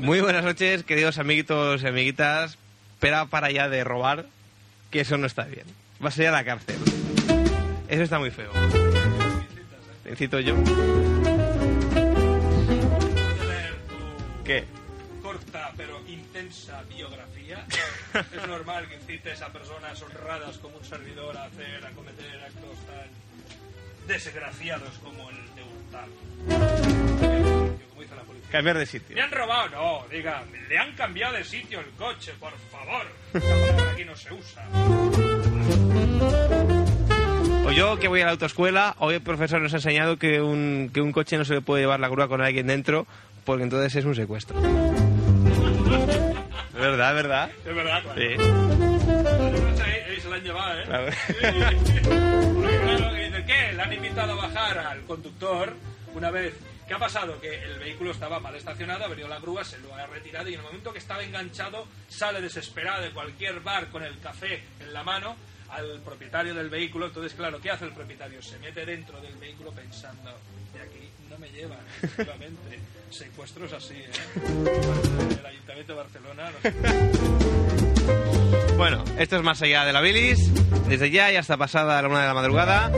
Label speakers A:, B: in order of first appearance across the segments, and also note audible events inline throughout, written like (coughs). A: buenas noches, queridos amiguitos y amiguitas. Espera para allá de robar, que eso no está bien. Vas a ir a la cárcel. Eso está muy feo. Te incito yo.
B: leer tu
A: ¿Qué?
B: corta pero intensa biografía. es normal que incites a personas honradas como un servidor a hacer, a cometer actos tan desgraciados como el de hurtar. Como hizo la policía.
A: Cambiar de sitio.
B: Me han robado, no, diga, le han cambiado de sitio el coche, por favor. Esa palabra aquí no se usa.
A: O yo que voy a la autoescuela, hoy el profesor nos ha enseñado que un, que un coche no se le puede llevar la grúa con alguien dentro, porque entonces es un secuestro. ¿Verdad, verdad?
B: Es verdad, claro.
A: Sí.
B: Ahí, ahí se la han llevado, ¿eh?
A: Claro.
B: Porque, claro, ¿y de ¿Qué? Le han invitado a bajar al conductor una vez. ¿Qué ha pasado? Que el vehículo estaba mal estacionado, ha venido la grúa, se lo ha retirado y en el momento que estaba enganchado sale desesperado de cualquier bar con el café en la mano al propietario del vehículo. Entonces, claro, ¿qué hace el propietario? Se mete dentro del vehículo pensando, de aquí no me llevan, efectivamente. Secuestros así,
A: (laughs)
B: ¿eh? El Ayuntamiento de Barcelona. no sé.
A: Bueno, esto es más allá de la bilis. Desde ya y hasta pasada la una de la madrugada.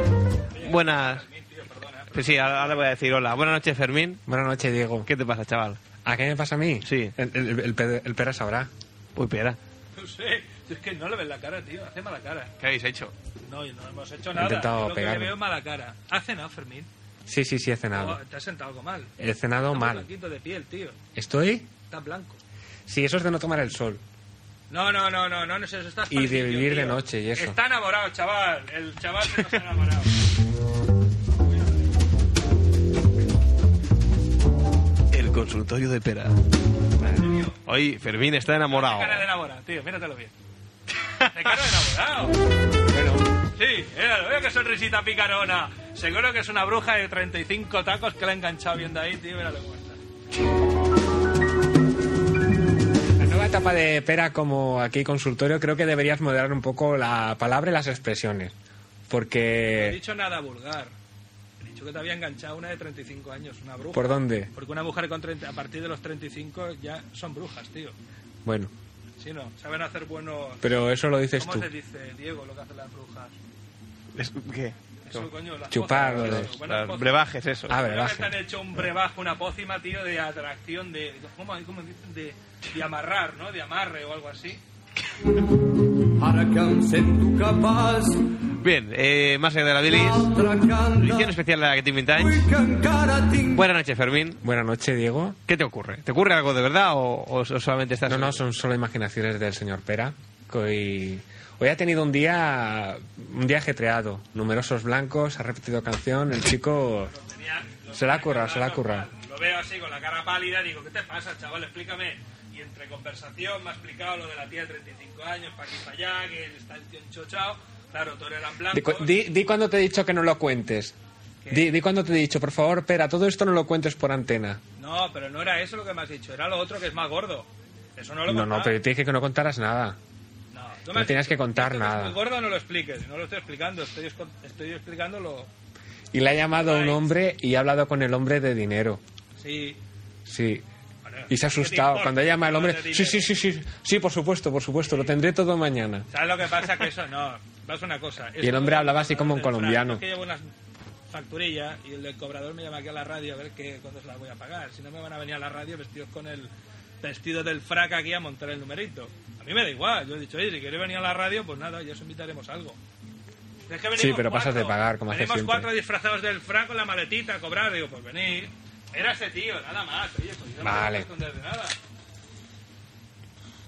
A: Buenas.
B: Fermín, tío, perdona, ¿eh?
A: Sí, sí, ahora ahora voy a decir hola. Buenas noches, Fermín.
C: Buenas noches, Diego.
A: ¿Qué te pasa, chaval?
C: ¿A qué me pasa a mí?
A: Sí.
C: El, el, el pe- el pera sabrá.
A: Uy, piedra.
B: No sé, es que no le ves la cara, tío, hace mala cara.
A: ¿Qué habéis hecho?
B: No, yo no hemos hecho nada.
C: intentado
B: Yo lo que le
C: pegarme.
B: veo es mala cara. ¿Has cenado, Fermín?
C: Sí, sí, sí, he cenado.
B: Oh, te has sentado algo mal.
C: He cenado
B: Estás
C: mal.
B: blanquito de piel, tío.
C: ¿Estoy?
B: Estás blanco.
C: Sí, eso es de no tomar el sol.
B: No, no, no, no, no, no se os está
C: Y de
B: esparciendo,
C: vivir de
B: tío.
C: noche y eso.
B: Está enamorado, chaval. El chaval se nos ha
C: (laughs)
B: enamorado.
A: El consultorio de pera. Hoy Fermín está enamorado.
C: Oh.
B: Tiene cara de enamorado, tío, míratelo bien. De cara de enamorado.
C: Bueno,
B: Sí, míralo, veo que sonrisita picarona. Seguro que es una bruja de 35 tacos que la ha enganchado bien de ahí, tío, míralo cómo está.
C: la nueva etapa de pera como aquí consultorio, creo que deberías moderar un poco la palabra y las expresiones.
B: No he
C: Porque...
B: dicho nada vulgar. He dicho que te había enganchado una de 35 años, una bruja.
C: ¿Por dónde?
B: Porque una mujer con 30, a partir de los 35 ya son brujas, tío.
C: Bueno,
B: Si no, saben hacer buenos...
C: pero este eso lo dices
B: ¿Cómo
C: tú.
B: se dice, Diego, lo que hacen las bruchujas?
A: Es- ¿Qué?
B: Eso, coño, las
C: Chupar
B: pozas,
C: los-
B: tío, buenas
A: Las
B: pozas.
A: brebajes, eso.
C: Ah,
B: Creo que
C: brebaje.
B: te han hecho un brebaje, una pócima, tío, de atracción, de... ¿Cómo, cómo dicen? De, de amarrar, ¿no? De amarre o algo así.
A: Bien, eh, más allá de la bilis. Edición especial de la Getting Vintage. Buenas noches, Fermín.
C: Buenas noches, Diego.
A: ¿Qué te ocurre? ¿Te ocurre algo de verdad o, o- o solamente estás.?
C: No, no, son solo imaginaciones del señor Pera. que Hoy, hoy ha tenido un día un día ajetreado. Numerosos blancos, ha repetido canción. El chico
B: Tenía- lo
C: Se la ha
B: tenía
C: currado,
B: que
C: se la ha
B: hablar
C: currado.
B: normal. Lo veo así, con la cara pálida, digo, ¿qué te pasa, chaval? Explícame. Y entre conversación me ha explicado lo de la tía de 35 años, para aquí para allá, que él está el tío enchochado. Claro, todo eran
C: Di,
B: blancos.
C: di- di cuando te he dicho que no lo cuentes. Di, di cuando te he dicho, por favor, Pera, todo esto no lo cuentes por antena.
B: No, pero no era eso lo que me has dicho, era lo otro que es más gordo. Eso no lo he
C: No,
B: contado.
C: no, pero te dije que no contaras nada.
B: No, tú
C: no
B: me has
C: tenías
B: dicho,
C: que contar
B: "Esto es
C: nada".
B: muy gordo no lo expliques, no lo estoy explicando, estoy, esco- estoy explicando lo...
C: Y le ha llamado un hombre y ha hablado con el hombre de dinero.
B: Sí.
C: Sí.
B: Bueno,
C: Y se ha
B: ¿qué te
C: asustado.
B: importa?
C: Cuando llama el
B: De
C: hombre.
B: dinero.
C: Sí, sí, sí, sí. Sí, por supuesto, por supuesto. Lo tendré todo mañana.
B: ¿Sabes lo que pasa? Que eso no. Pasa una cosa.
C: el hombre hablaba así como un
B: Del Fran,
C: colombiano.
B: Es que llevo unas facturillas y el del cobrador me llama aquí a la radio a ver que, cuándo se las voy a pagar. Si no me van a venir a la radio vestidos con el vestido del frac aquí a montar el numerito. A mí me da igual. Yo he dicho, oye, si queréis venir a la radio, pues nada, ya os invitaremos a algo. Es que venimos
C: Sí, pero pasas
B: cuatro.
C: de pagar, como haces
B: Venimos
C: siempre.
B: cuatro disfrazados del frac con la maletita a cobrar. Digo, pues venid. Era ese tío, nada más. Oye, pues yo no me voy a
C: Vale.
B: esconder de nada.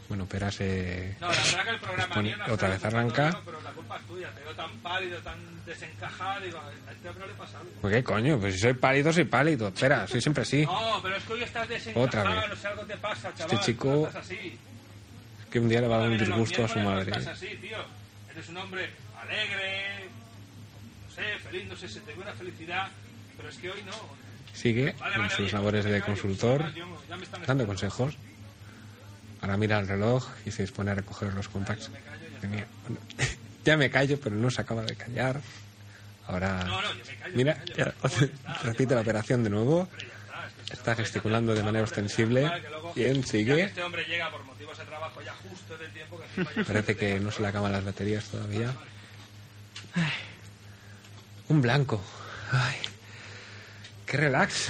C: Bueno, Pera se.
B: No, la verdad que el programa
C: Pone-
B: mío no
C: otra
B: está
C: vez
B: resultando
C: arranca.
B: bueno, pero la culpa es tuya, te veo tan pálido, tan desencajado, digo, a este hombre le pasa algo.
C: Pues qué coño, pues si soy pálido, soy pálido. Espera, soy siempre así.
B: No, pero es que hoy estás desencajado,
C: Otra vez. Este
B: no sé algo te pasa, chaval.
C: chico
B: no estás así.
C: Que un día le va a dar un
B: Vienen los
C: disgusto a su
B: miércoles,
C: madre.
B: No estás así, tío. Eres un hombre alegre, no sé, feliz, no sé, se te ve una felicidad, pero es que hoy no.
C: Sigue
B: Vale,
C: con
B: vale,
C: sus
B: oye,
C: labores
B: me
C: de
B: callo,
C: consultor,
B: chaval, yo- ya me están
C: dando
B: escuchando.
C: consejos. Ahora mira el reloj y se dispone a recoger los contactos. Tenía- (laughs) bueno, ya me callo, pero no se acaba de callar. Ahora.
B: No, no, yo me callo,
C: Mira,
B: me callo.
C: ya- (laughs) repite la operación de nuevo.
B: Hombre, ya está,
C: Está gesticulando de manera ostensible. Bien,
B: Ya que
C: sigue.
B: Este hombre llega por motivos de trabajo ya justo en el tiempo que encima
C: (laughs)
B: yo-
C: Parece que no se le acaban las baterías todavía. Ay, Un blanco. Ay, qué relax.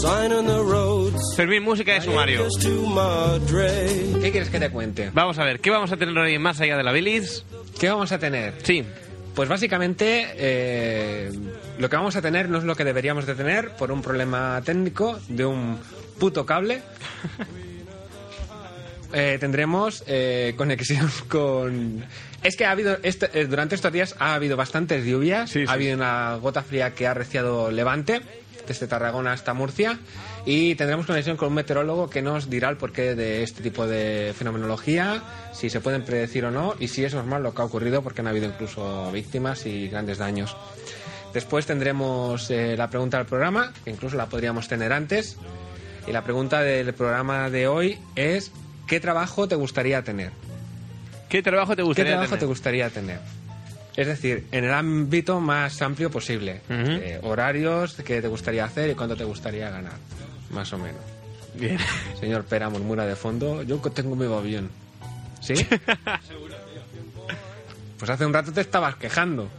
D: Sign on the roads.
A: Fermín, música de sumario.
D: Just to Madre.
C: ¿Qué quieres que te cuente?
A: Vamos a ver, ¿qué vamos a tener hoy más allá de la bilis?
C: ¿Qué vamos a tener?
A: Sí.
C: Pues básicamente eh, lo que vamos a tener no es lo que deberíamos de tener por un problema técnico de un puto cable. Eh, tendremos eh, conexión (laughs) con... Es que ha habido este- eh, durante estos días ha habido bastantes lluvias,
A: Sí, sí.
C: ha habido una gota fría que ha arreciado Levante, desde Tarragona hasta Murcia, y tendremos conexión con un meteorólogo que nos dirá el porqué de este tipo de fenomenología, si se pueden predecir o no, y si es normal lo que ha ocurrido, porque han habido incluso víctimas y grandes daños. Después tendremos eh, la pregunta del programa, que incluso la podríamos tener antes. Y la pregunta del programa de hoy es, ¿qué trabajo te gustaría tener?
A: ¿Qué trabajo te
C: ¿Qué
A: gustaría
C: trabajo
A: tener?
C: te gustaría tener? Es decir, en el ámbito más amplio posible.
A: Ujú.
C: Eh, horarios que te gustaría hacer y cuánto te gustaría ganar, más o menos.
A: Bien.
C: Señor Pera murmura de fondo, yo que tengo mi avión.
A: (laughs)
C: ¿Sí? Pues hace un rato te estabas quejando.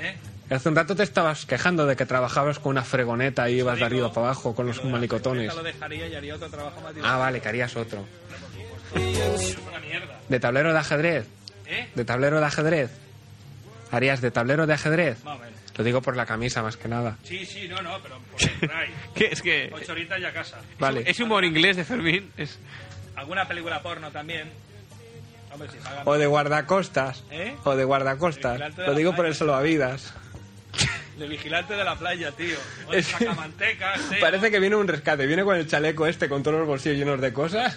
B: ¿Eh?
C: Hace un rato te estabas quejando de que trabajabas con una fregoneta y ibas de arriba para abajo con los malicotones.
B: Ahorita lo dejaría y haría otro trabajo más
C: Ah, pues.
B: divertido.
C: vale, que harías otro.
B: Es una mierda.
C: ¿De tablero de ajedrez?
B: ¿Eh?
C: ¿De tablero de ajedrez? ¿Harías de tablero de ajedrez?
B: Vamos a ver.
C: Lo digo por la camisa más que nada.
B: Sí, sí, no, no, pero por ahí, por
C: (laughs)
B: ahí.
A: ¿Qué? Es que... es-
B: Ocho horitas y a casa.
C: Vale.
A: Es humor inglés de Fermín. Es...
B: Alguna película porno también. Hombre, si pagan.
C: O de guardacostas.
B: ¿Eh?
C: O de guardacostas.
B: Vigilante de
C: Lo
B: la
C: digo por
B: playa.
C: el salvavidas.
B: De vigilante de la playa, tío. O de
C: Es-
B: sacamanteca, este. sí.
C: Parece que viene un rescate. Viene con el chaleco este, con todos los bolsillos llenos de cosas.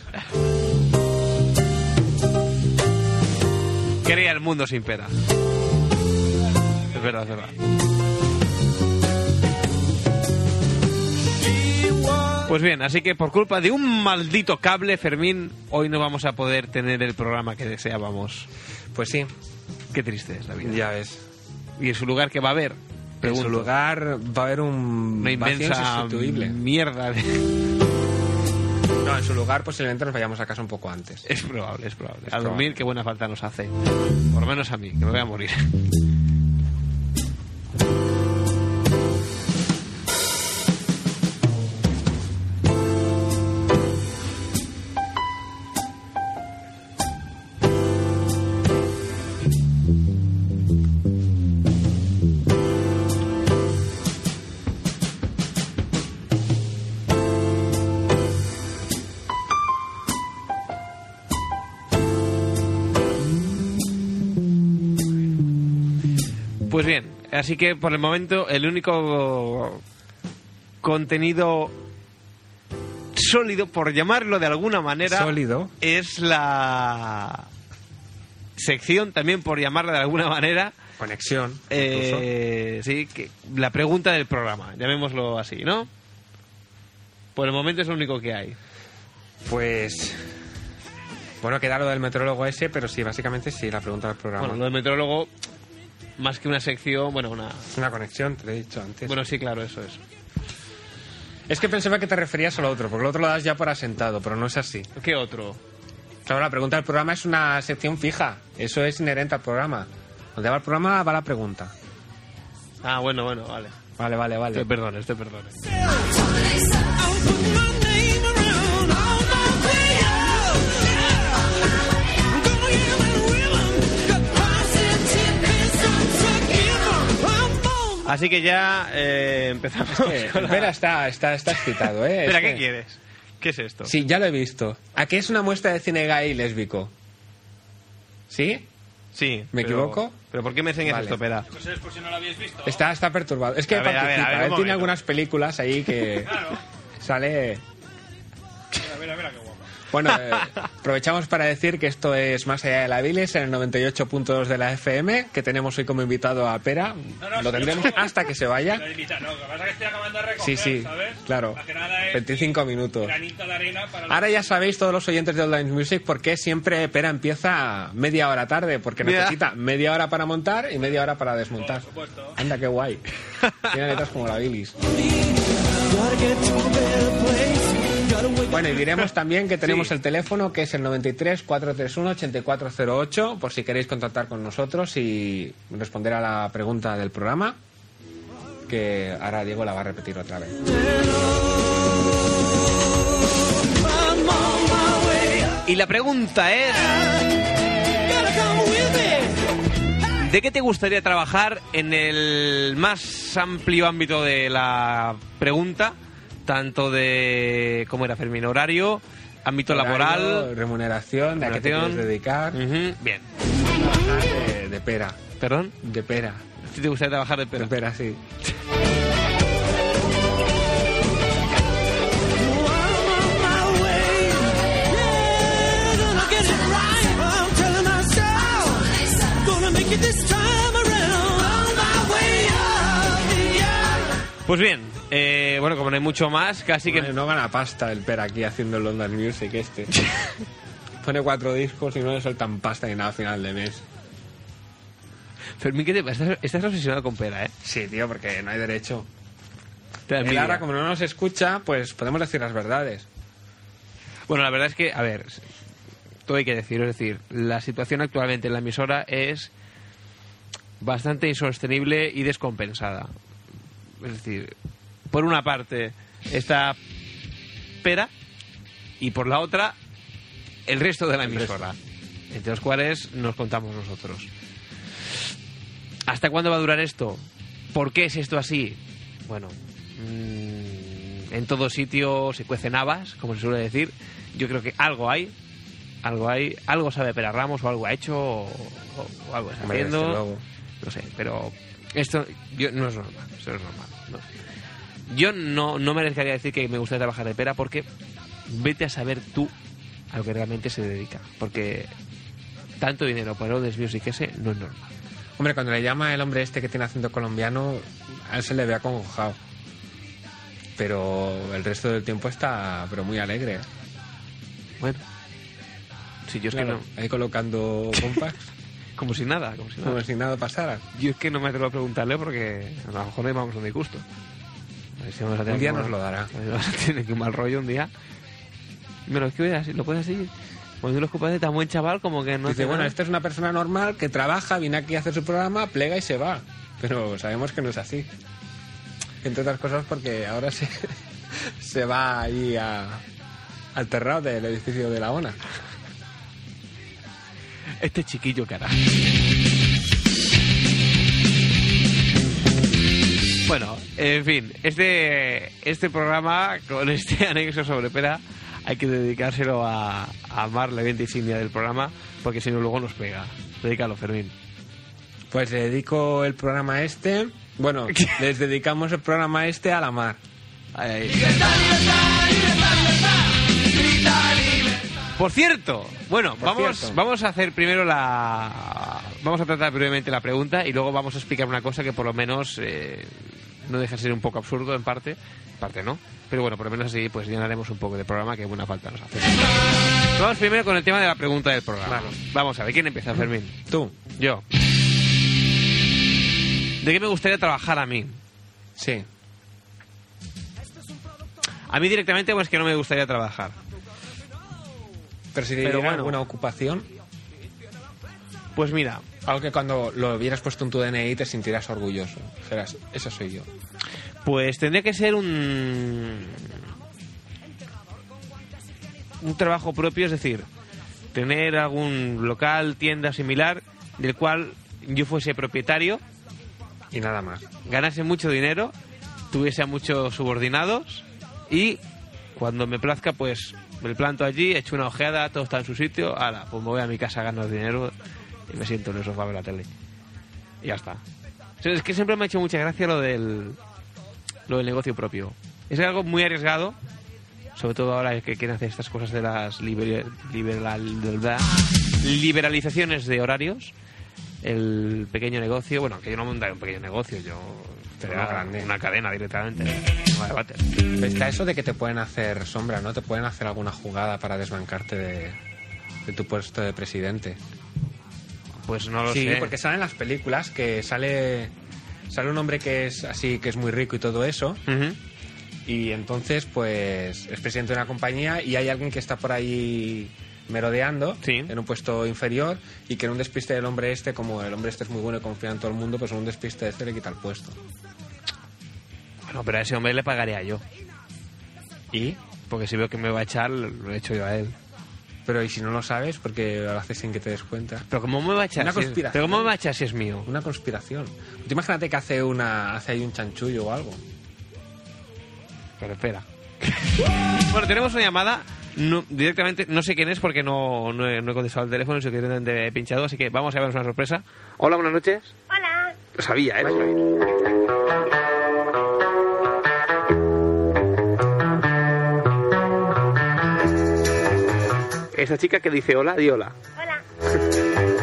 A: Quería el mundo sin pera. Es verdad, es verdad. Pues bien, así que por culpa de un maldito cable, Fermín, hoy no vamos a poder tener el programa que deseábamos.
C: Pues sí,
A: Qué triste es la vida.
C: ya ves.
A: ¿Y en su lugar qué va a haber?
C: En
A: Pregunto.
C: su lugar va a haber un
A: Una
C: vacío
A: inmensa mm,
C: insustituible.
A: mierda. de- (laughs)
C: No, en su lugar posiblemente nos vayamos a casa un poco antes.
A: Es probable, es probable.
C: Es
A: a dormir
C: probable.
A: qué buena falta nos hace. Por lo menos a mí, que me voy a morir. Pues bien, así que por el momento el único contenido sólido, por llamarlo de alguna manera,
C: Sólido.
A: es la sección, también por llamarla de alguna manera,
C: Conexión. incluso.
A: eh, sí, que- la pregunta del programa, llamémoslo así, ¿no? Por el momento es lo único que hay.
C: Pues. Bueno, queda lo del meteorólogo ese, pero sí, básicamente sí, la pregunta del programa.
A: Bueno, lo del meteorólogo, más que una sección, bueno, una...
C: Una conexión, te lo he dicho antes.
A: Bueno, sí, claro, eso es.
C: Es que pensaba que te referías al otro, porque el otro lo das ya por asentado, pero no es así.
A: ¿Qué otro?
C: Claro, la pregunta del programa es una sección fija. Eso es inherente al programa. Donde va el programa va la pregunta.
A: Ah, bueno, bueno, vale.
C: Vale, vale,
A: Te
C: vale.
A: perdones, te perdones.
E: I'll put my name around all my players. I'm gonna give 'em rhythm, the positive mess I'm I'm born
A: Así que ya eh, (laughs) empezamos.
C: (laughs) Eh,
A: con la-
C: Vera está, está, está excitado, ¿eh?
A: (laughs) Espera,
C: Es
A: ¿qué
C: que-
A: quieres? ¿Qué es esto?
C: Sí, ya lo he visto. Aquí es una muestra de cine gay lésbico. ¿Sí?
A: Sí,
C: ¿Me
A: pero-
C: equivoco?
A: ¿Pero por qué me enseñas
C: Vale.
A: esto, Pera?
B: Pues es por si no lo habéis visto.
C: Está, está perturbado. Es que
A: A ver, a ver, a ver,
C: participa.
A: un
C: Él tiene
A: momento.
C: algunas películas
A: (laughs)
C: ahí que
B: Claro.
C: sale...
B: Mira, mira, mira qué guapo.
C: Bueno, eh, aprovechamos para decir que esto es Más allá de la bilis, en el 98.2 de la FM, que tenemos hoy como invitado a Pera.
B: No, no,
C: Lo
B: sí,
C: tendremos
B: sí.
C: hasta que se vaya.
B: Lo invita- no, lo que pasa es que estoy acabando de recoger,
C: Sí, sí,
B: ¿sabes?
C: claro.
B: Más que nada es
C: 25 minutos.
B: granito de arena para...
C: Ahora ya sabéis, todos los oyentes de Online Music, por qué siempre Pera empieza media hora tarde, porque
A: Mira.
C: necesita media hora para montar y media hora para desmontar. (laughs)
B: Por supuesto.
C: Anda, qué guay. Tiene letras como la bilis.
D: Gotta get to
C: Bueno, y diremos también que tenemos el teléfono que es el 93 431 8408 por si queréis contactar con nosotros y responder a la pregunta del programa que ahora Diego la va a repetir otra vez.
E: I'm on my way.
A: Y la pregunta es,
E: Gotta come with me.
A: ¿de qué te gustaría trabajar en el más amplio ámbito de la pregunta? Tanto de, ¿cómo era Fermín? Horario, ámbito
C: Horario,
A: laboral.
C: Remuneración, de a qué te
A: remuneración.
C: quieres dedicar.
A: Ujú, Bien,
C: De, de pera.
A: perdón.
C: De pera.
A: ¿Sí ¿Te gustaría trabajar de
C: De
A: pera?
C: pera, sí.
E: I'm on my way. Yeah, gonna get it right. I'm telling myself. Gonna make it this time around. On my way up. Yeah.
A: Pues bien, eh, bueno, como no hay mucho más, casi que...
C: No gana pasta el pera aquí haciendo el London Music (laughs) este. Pone cuatro discos y no le sueltan pasta ni nada a final de mes.
A: Fermín, ¿qué te pasa? Estás, estás obsesionado con pera, ¿eh?
C: Sí, tío, porque no hay derecho.
A: Te da
C: Él
A: envidia.
C: ahora, como no nos escucha, pues podemos decir las verdades.
A: Bueno, la verdad es que, a ver, todo hay que decir. Es decir, la situación actualmente en la emisora es bastante insostenible y descompensada. Es decir, por una parte está Pera y por la otra el resto de la emisora, entre los cuales nos contamos nosotros. ¿Hasta cuándo va a durar esto? ¿Por qué es esto así? Bueno, mm, en todo sitio se cuecen habas, como se suele decir. Yo creo que algo hay, algo hay, algo sabe Pera Ramos o algo ha hecho o, o- o algo está
C: Hombre,
A: haciendo.
C: desde luego.
A: No sé, pero esto yo- no es normal, esto no es normal. no. Yo no, no me arriesgaría a decir que me gusta trabajar de pera porque vete a saber tú a lo que realmente se dedica. Porque tanto dinero para un Music ese no es normal.
C: Hombre, cuando le llama el hombre este que tiene acento colombiano, a él se le ve acongojado. Pero el resto del tiempo está pero muy alegre.
A: Bueno, si yo es
C: Claro,
A: que no,
C: Ahí colocando (laughs) compacts,
A: como si nada, como si nada.
C: como si nada pasara.
A: Yo es que no me atrevo a preguntarle porque a lo mejor le vamos a un disgusto. A ver si vamos a tener
C: Un día
A: que-
C: nos lo dará.
A: A ver, (laughs) Vamos a tener que un mal rollo un día. Me lo escribe así, lo puedes así. Cuando tú lo escupas de tan buen chaval como que no
C: Dice,
A: hace
C: bueno,
A: nada.
C: esta es una persona normal que trabaja, viene aquí a hacer su programa, plega y se va. Pero sabemos que no es así. Entre otras cosas porque ahora se, (laughs) se va ahí a- al terrado del edificio de la ONA.
A: Este chiquillo que hará. Bueno, en fin, este, este programa con este (laughs) anexo sobre pera hay que dedicárselo a, a Mar, la evento insignia del programa, porque si no luego nos pega. Dedícalo, Fermín.
C: Pues le dedico el programa este.
A: (laughs)
C: Bueno, les dedicamos el programa este a la mar.
A: Ahí, ahí. Por cierto, bueno,
C: Por
A: vamos,
C: cierto.
A: vamos a hacer primero la. Vamos a tratar brevemente la pregunta y luego vamos a explicar una cosa que por lo menos eh, no deja de ser un poco absurdo en parte, en parte no, pero bueno, por lo menos así pues llenaremos un poco de programa que buena falta nos hace. Vamos primero con el tema de la pregunta del programa.
C: Vamos.
A: Vamos a ver, ¿quién empieza, Fermín?
C: Tú.
A: Yo. ¿De qué me gustaría trabajar a mí?
C: Sí.
A: A mí directamente pues que no me gustaría trabajar.
C: Pero si te
A: Pero
C: diera
A: bueno.
C: alguna ocupación,
A: Pues mira,
C: algo que cuando lo hubieras puesto en tu DNI te sintieras orgulloso. Dijeras, eso soy yo.
A: pues tendría que ser un un trabajo propio, es decir, tener algún local, tienda similar del cual yo fuese propietario,
C: Y nada más.
A: ganase mucho dinero, tuviese a muchos subordinados y cuando me plazca pues me planto allí, echo una ojeada, todo está en su sitio, ahora pues me voy a mi casa a ganar dinero y me siento en el sofá a ver la tele. Y ya está. O sea, es que siempre me ha hecho mucha gracia lo del, lo del negocio propio. Es algo muy arriesgado, sobre todo ahora que quieren hacer estas cosas de las liber- liberal- liberalizaciones de horarios. El pequeño negocio, bueno, que yo no montaré un pequeño negocio, yo
C: Pero una grande.
A: una cadena directamente. No debate.
C: Pues Está eso de que te pueden hacer sombra, ¿no? Te pueden hacer alguna jugada para desbancarte de, de tu puesto de presidente.
A: Pues no lo
C: sí,
A: sé.
C: porque salen las películas que sale, sale un hombre que es así, que es muy rico y todo eso.
A: Ujú.
C: Y entonces, pues, es presidente de una compañía y hay alguien que está por ahí merodeando
A: Sí.
C: en un puesto inferior y que en un despiste del hombre este, como el hombre este es muy bueno y confía en todo el mundo, pues en un despiste este le quita el puesto.
A: Bueno, pero a ese hombre le pagaría yo.
C: ¿Y?
A: Porque si veo que me va a echar, lo he hecho yo a él.
C: Pero ¿y si no lo sabes? Porque lo haces sin que te des cuenta.
A: Pero ¿cómo me va a echar?
C: Una
A: si es-
C: conspiración.
A: Pero ¿cómo me va a echar si es mío?
C: Una conspiración. Tú imagínate que hace una hace ahí un chanchullo o algo.
A: Pero espera. bueno, tenemos una llamada. No- directamente, no sé quién es porque no, no he, no he contestado el teléfono, soy directamente pinchado, así que vamos a vernos una sorpresa. Hola, buenas noches.
F: Hola.
A: Lo sabía, ¿eh? Esta chica que dice hola, di hola.
F: Hola.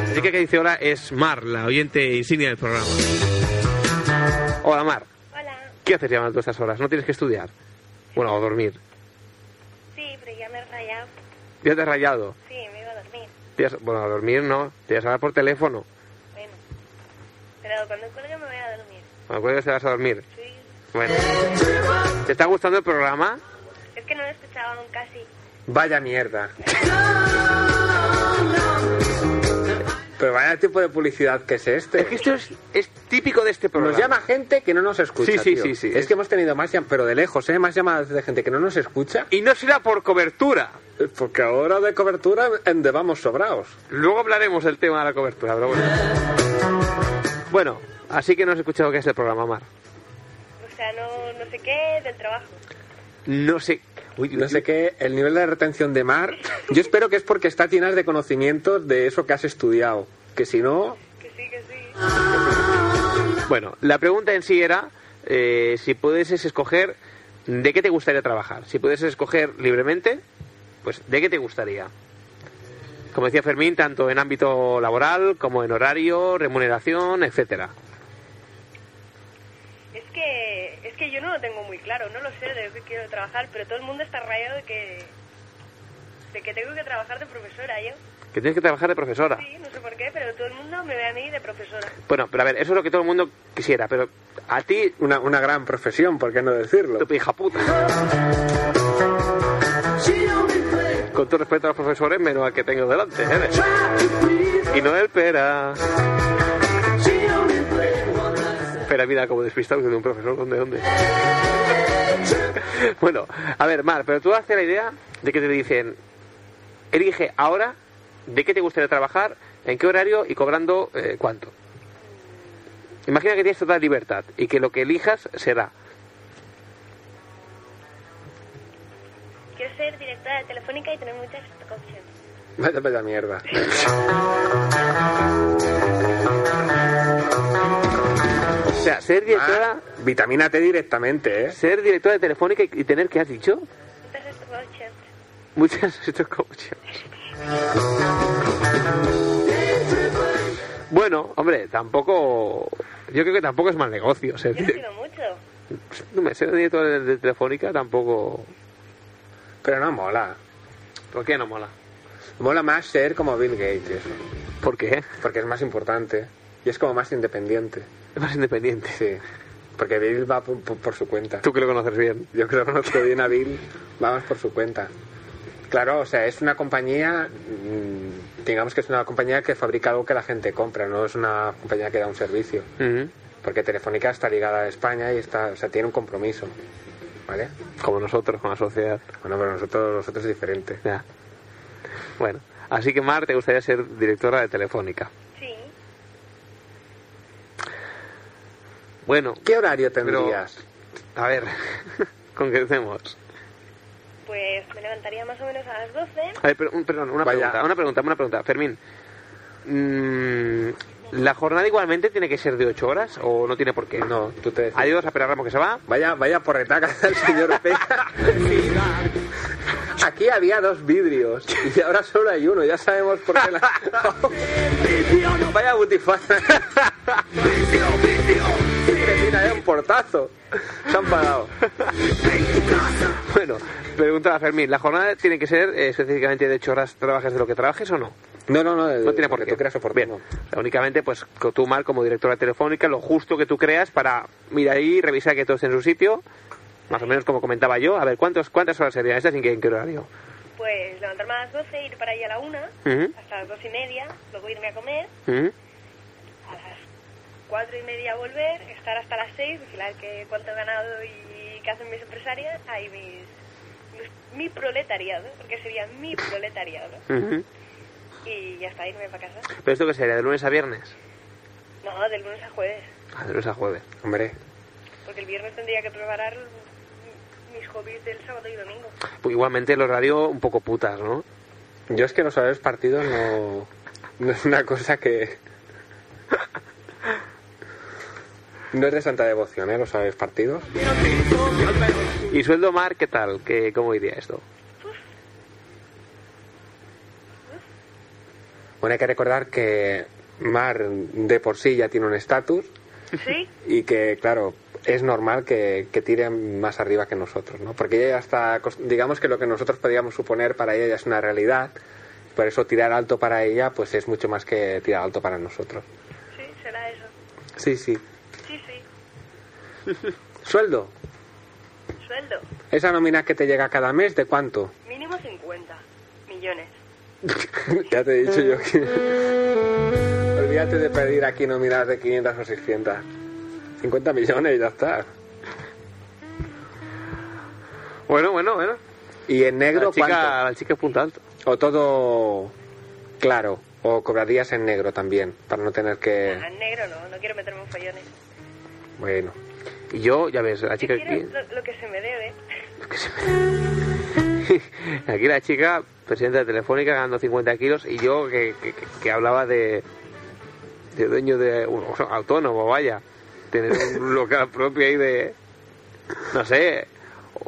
A: La chica que dice hola es Mar, la oyente insignia del programa. Hola, Mar.
F: Hola.
A: ¿Qué haces llamando a estas horas? ¿No tienes que estudiar? Bueno, o dormir.
F: Sí, pero ya me he rayado.
A: Ya te has rayado.
F: Sí, me iba a dormir.
A: Te has- Bueno, a dormir no. Te vas a hablar por teléfono.
F: Bueno. Pero cuando cuelgue me voy a dormir.
A: Me acuerdo que te vas a dormir.
F: Sí.
A: Bueno. ¿Te está gustando el programa?
F: Es que no lo he escuchado aún casi.
A: Vaya mierda. Pero vaya tipo de publicidad que es este.
C: Es que esto es-
A: típico de este
C: Nos llama gente que no nos escucha.
A: Sí, sí,
C: tío.
A: sí, sí.
C: Es que hemos tenido más llamadas, pero de lejos, ¿eh? Más llamadas de gente que no nos escucha.
A: Y no será por cobertura.
C: Porque ahora de cobertura, ¿en de vamos sobraos?
A: Luego hablaremos del tema de la cobertura, pero bueno. Bueno, así que no has escuchado qué es el programa, Mar.
F: O sea, no, no sé qué del trabajo.
A: No sé. Uy,
C: No sé qué, el nivel de retención
A: (laughs)
C: de mar. Yo espero que es porque está llenas de conocimientos de eso que has estudiado. Que si no,
F: Que sí, que sí.
A: Bueno, la pregunta en sí era eh, si pudieses escoger de qué te gustaría trabajar. Si pudieses escoger libremente, pues de qué te gustaría. Como decía Fermín, tanto en ámbito laboral como en horario, remuneración, etcétera.
F: Es que, es que yo no lo tengo muy claro. No lo sé de qué quiero trabajar, pero todo el mundo está rayado de que... De que tengo que trabajar de profesora yo.
A: Que tienes que trabajar de profesora.
F: Sí, no sé por qué, pero todo el mundo me ve a mí de profesora.
A: Bueno, pero a ver, eso es lo que todo el mundo quisiera, pero a ti,
C: una, una gran profesión, ¿por qué no decirlo?
A: tu hija puta. Con todo respeto a los profesores, menos al que tengo delante, ¿eh? Y no el pera. Espera, mira, como despistado de un profesor, ¿dónde, dónde? (laughs) bueno, a ver, Mar, pero tú haces la idea de que te dicen, elige ahora de qué te gustaría trabajar, en qué horario y cobrando eh, cuánto. Imagina que tienes total libertad y que lo que elijas será.
F: Quiero ser directora de Telefónica y tener muchas opciones.
C: Vaya, vaya mierda.
A: O sea, ser directora,
C: Ah, vitamina T directamente, ¿eh?
A: ser directora de Telefónica y y tener, ¿qué has dicho?
F: Muchas opciones.
A: Muchas (laughs) estos coaches. Bueno, hombre, tampoco. Yo creo que tampoco es mal negocio. Ser,
F: Yo no
A: dire-
F: quiero mucho.
A: no me- ser directora de, de Telefónica tampoco.
C: Pero no mola.
A: ¿Por qué no mola?
C: Mola más ser como Bill Gates, y eso.
A: ¿Por qué? (laughs)
C: Porque es más importante. Y es como más independiente.
A: Es más independiente.
C: Sí. Porque Bill va por, por- por su cuenta.
A: Tú que lo conoces bien.
C: Yo creo que conozco bien a Bill, vamos por su cuenta. Claro, o sea, es una compañía, mm, digamos que es una compañía que fabrica algo que la gente compra, no es una compañía que da un servicio.
A: Ujú.
C: Porque Telefónica está ligada a España y está, o sea, tiene un compromiso. ¿Vale?
A: Como nosotros, con la sociedad.
C: Bueno, pero nosotros, nosotros es diferente.
A: Ya. Bueno, así que Mar, te gustaría ser directora de Telefónica.
F: Sí.
A: Bueno,
C: ¿Qué horario
A: Pero-
C: tendrías?
A: a ver, (laughs) concretemos.
F: Pues me levantaría más o menos a las 12.
A: A ver, pero- un- perdón, una
C: Vaya.
A: pregunta, una pregunta, una pregunta. Fermín, mm, ¿la jornada igualmente tiene que ser de 8 horas o no tiene por qué?
C: No, tú te decides.
A: Adiós a Pera Ramos que se va.
C: Vaya, vaya porretaca del señor (laughs) Pera. Aquí había dos vidrios y ahora solo hay uno, ya sabemos por qué (laughs) la... Vaya butifaza. Que Mira, es un portazo. Se han parado.
A: Bueno, pregunta a Fermín, ¿la jornada tiene que ser eh, específicamente de 8 horas trabajes de lo que trabajes o no?
C: No, no, no.
A: No tiene por
C: porque
A: qué.
C: Eh, Tú creas
A: Bien,
C: oportuno.
A: o sea, únicamente pues co- tú, Mar, como directora telefónica, lo justo que tú creas para mirar ahí, revisar que todo esté en su sitio
G: Más o menos como comentaba yo. A ver, ¿cuántos, ¿cuántas horas serían estas y en qué- en qué horario?
F: Pues levantarme a las 12, ir para allá a la 1,
G: Ujú.
F: hasta las 2 y media, luego irme a comer,
G: Ujú.
F: a las 4 y media volver, estar hasta las 6, vigilar que cuánto he ganado y qué hacen mis empresarias, ahí mis, mis- mi proletariado, porque sería mi proletariado,
G: Ujú.
F: y ya está, irme para casa.
G: ¿Pero esto qué sería? ¿De lunes a viernes?
F: No, de lunes a jueves,
G: Ah, de lunes a jueves. Hombre.
F: porque el viernes tendría que preparar m- mis hobbies del sábado y domingo.
G: Pues igualmente el horario un poco putas, ¿no?
C: Yo es que los horarios partidos no, no es una cosa que... No es de santa devoción, ¿eh? Los horarios partidos.
G: ¿Y sueldo mar qué tal? ¿Qué, ¿Cómo iría esto?
C: Bueno, hay que recordar que Mar de por sí ya tiene un estatus
F: ¿Sí?
C: y que, claro, es normal que, que tire más arriba que nosotros, ¿no? Porque ella ya está, acos- digamos que lo que nosotros podíamos suponer para ella ya es una realidad, por eso tirar alto para ella pues es mucho más que tirar alto para nosotros.
F: Sí, será eso.
C: Sí, sí.
F: Sí, sí.
C: Sueldo.
F: Sueldo,
C: Esa nómina que te llega cada mes, ¿de cuánto?
F: mínimo 50 millones.
C: ya te he dicho yo que... Olvídate de pedir aquí nóminas de 500 o 600. 50 millones, ya está.
G: Bueno, bueno, bueno.
C: ¿Y en negro
G: La chica,
C: cuánto?
G: la chica es punta alto.
C: O todo claro, o cobrarías en negro también, para no tener que...
F: Ah, negro no, no quiero meterme en follones.
C: Bueno.
G: Y yo, ya ves, la
F: Yo
G: chica
F: quiero
G: aquí...
F: lo, lo que se me debe.
G: Aquí la chica, presidenta de Telefónica, ganando 50 kilos, y yo que, que- que hablaba de, de dueño de... o sea, autónomo, vaya. Tener
C: (laughs)
G: un local propio ahí de... No sé,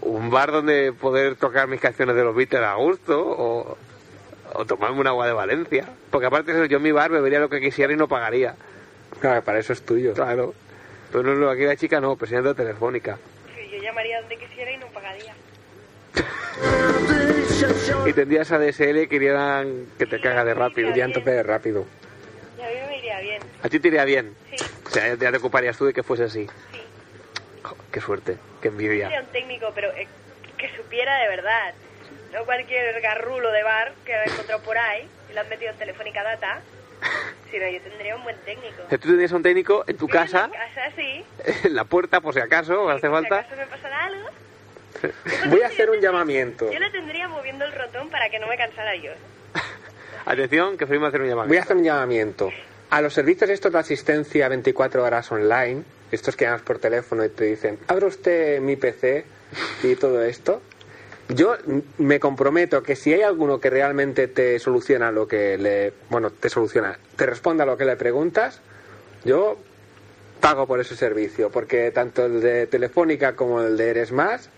G: un bar donde poder tocar mis canciones de los Beatles a gusto, o, o tomarme un agua de Valencia. Porque aparte de eso, yo en mi bar bebería lo que quisiera y no pagaría.
C: Claro, para eso es tuyo.
G: Claro. Pero no, no, aquí la chica no, presidenta de Telefónica.
F: Que yo llamaría donde quisiera y no pagaría.
G: Y tendrías ADSL que irían que te caga de rápido.
F: Iría
C: Ya en tope de rápido.
F: Y a mí me iría bien.
G: A ti te iría bien.
F: Sí,
G: O sea, ya te- ya te ocuparías tú de que fuese así.
F: sí.
G: Jo, qué suerte, qué
F: Sería
G: envidia.
F: un técnico, pero eh, que supiera de verdad. No cualquier garrulo de bar que he encontrado por ahí y lo han metido en Telefónica Data.
G: (laughs)
F: Sino yo tendría un buen técnico.
G: O sea, tú tendrías un técnico en tu
F: Yo en
G: casa, (laughs)
F: mi casa, sí.
G: en la puerta, por si acaso, hace
F: Por si
G: falta.
F: acaso me pasará algo.
C: Voy a hacer un llamamiento.
F: Yo lo tendría moviendo el rotón para que no me cansara yo.
G: Atención, que fuimos a hacer un llamamiento.
C: Voy a hacer un llamamiento. A los servicios estos de asistencia 24 horas online, estos que llamas por teléfono y te dicen, abre usted mi PC y todo esto, yo m- me comprometo que si hay alguno que realmente te soluciona lo que le... Bueno, te soluciona, te responda a lo que le preguntas, yo pago por ese servicio, porque tanto el de Telefónica como el de Eres Más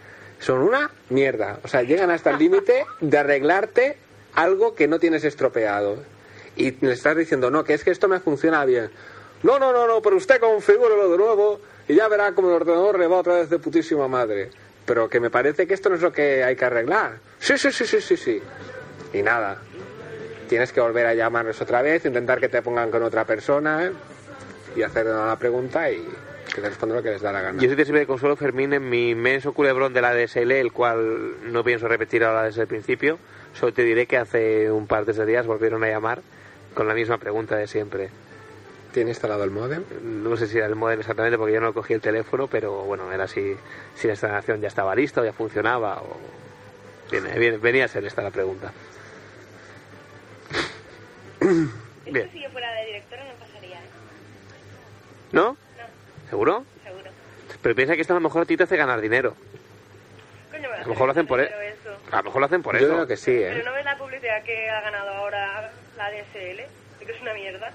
C: son una mierda. O sea, llegan hasta el límite de arreglarte algo que no tienes estropeado. Y le estás diciendo, no, que es que esto me funciona bien. No, no, no, no, pero usted configúrelo de nuevo y ya verá como el ordenador le va otra vez de putísima madre. Pero que me parece que esto no es lo que hay que arreglar. Sí, sí, sí, sí, sí, sí. Y nada. Tienes que volver a llamarles otra vez, intentar que te pongan con otra persona, ¿eh? y hacer la pregunta y que te responda lo que les da la gana.
G: Yo soy te sirve de consuelo, Fermín, en mi inmenso culebrón de la ADSL, el cual no pienso repetir ahora desde el principio. Solo te diré que hace un par de esos días volvieron a llamar con la misma pregunta de siempre.
C: ¿Tiene instalado el modem?
G: No sé si era el modem exactamente porque yo no cogí el teléfono, pero bueno, era si, si la instalación ya estaba lista o ya funcionaba. O... Viene- viene- venía a ser esta
C: (coughs)
G: la pregunta.
F: Esto
G: Bien.
F: si yo fuera de directora no pasaría, ¿eh?
G: ¿No?
F: No,
G: ¿Seguro?
F: seguro.
G: Pero piensa que esto a lo mejor a ti te hace ganar dinero.
F: Coño,
G: A lo mejor lo hacen por
F: pero
G: e-
F: eso.
G: A lo mejor lo hacen por
C: Yo
G: eso.
C: creo que sí,
F: Pero
C: ¿eh?
F: no ves la publicidad que ha ganado ahora la DSL, que es una mierda.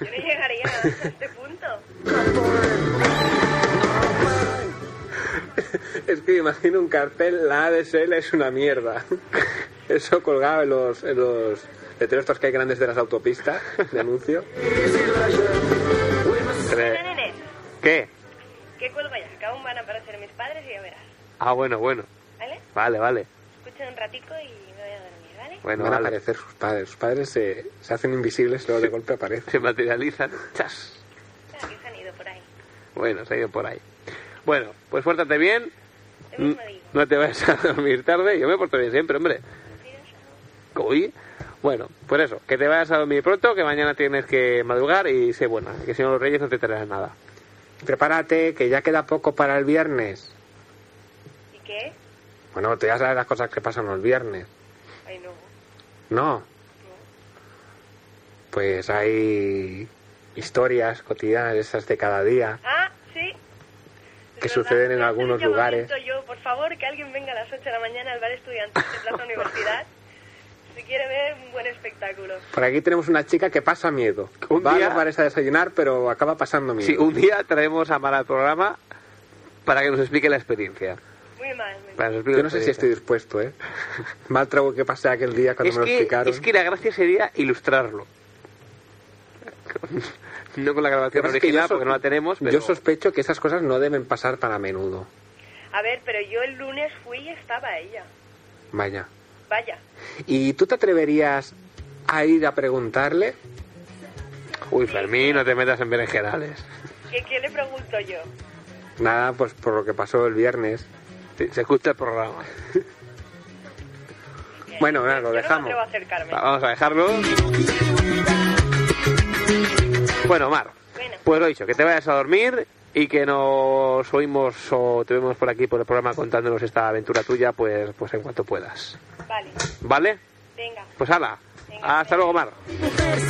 F: Yo no llegaría a
G: (laughs)
F: este punto.
G: Eh.
C: Es que imagino un cartel, la ADSL es una (laughs) mierda. Eso colgado en los, en los letreros estos que hay grandes de las autopistas, de (laughs) anuncio.
F: Nene,
G: Pero-
F: nene,
G: ¿Qué?
F: que cuelga ya, que aún van a aparecer mis padres y ya verás.
G: Ah, bueno, bueno.
F: ¿Vale?
G: Vale, vale.
F: Escucha un ratico y me voy a dormir, ¿vale?
G: Bueno,
C: Van a
G: vale.
C: aparecer sus padres. Sus padres se, se hacen invisibles, luego de golpe aparecen.
G: (laughs) Se materializan. Chas.
F: Ah, que se han ido por ahí.
G: Bueno, se ha ido por ahí. Bueno, pues fuérdate bien.
F: Yo mismo digo.
G: No te vas a dormir tarde. Yo me porto bien siempre, hombre. Uy. Bueno, por eso, que te vayas a dormir pronto, que mañana tienes que madrugar y sé buena, que si no los reyes no te traerán nada.
C: Prepárate, que ya queda poco para el viernes.
F: ¿Y qué?
C: Bueno, tú ya sabes las cosas que pasan los viernes.
F: Ay, no.
C: No. Pues hay historias cotidianas esas de cada día.
F: Ah, sí.
C: Que
F: Es
C: suceden en
F: Voy a hacer un
C: algunos
F: llamamiento
C: lugares.
F: Yo, por favor, que alguien venga a las 8 de la mañana al bar estudiantes de
C: (laughs)
F: Plaza Universidad si quiere ver un buen espectáculo.
C: Por aquí tenemos una chica que pasa miedo.
G: Un
C: Va
G: día-
C: a los bares a desayunar, pero acaba pasando miedo.
G: Si un día traemos a Mara al programa para que nos explique la experiencia.
F: Muy mal. muy mal.
G: Para que nos explique
C: Yo
G: la
C: no sé si estoy
G: experiencia.
C: dispuesto,
G: (laughs)
C: ¿eh? Mal trago que pasé aquel día cuando
G: Es
C: me lo
G: que,
C: explicaron.
G: es que la gracia sería ilustrarlo. (laughs) no con
C: Lo que
G: la grabación
C: pasa es que yo
G: original,
C: sos-
G: porque no la tenemos, pero...
C: Yo sospecho que esas cosas no deben pasar tan a menudo.
F: A ver, pero yo el lunes fui y estaba ella.
C: Vaya.
F: Vaya.
C: ¿Y tú te atreverías a ir a preguntarle?
G: Uy, Fermín, no te metas en berenjenales.
F: ¿Qué, qué le pregunto yo?
C: Nada, pues por lo que pasó el viernes.
G: Se se escucha el programa.
C: Bueno, nada,
F: Yo
C: lo
F: No me
C: dejamos.
F: atrevo a acercarme.
G: Va- Vamos a dejarlo. Bueno, Mar,
F: Bueno.
G: pues lo dicho, que te vayas a dormir y que nos oímos o te vemos por aquí por el programa contándonos esta aventura tuya, pues, pues en cuanto puedas.
F: Vale,
G: ¿Vale?
F: venga.
G: Pues hala.
F: Venga.
G: Hasta luego, Mar.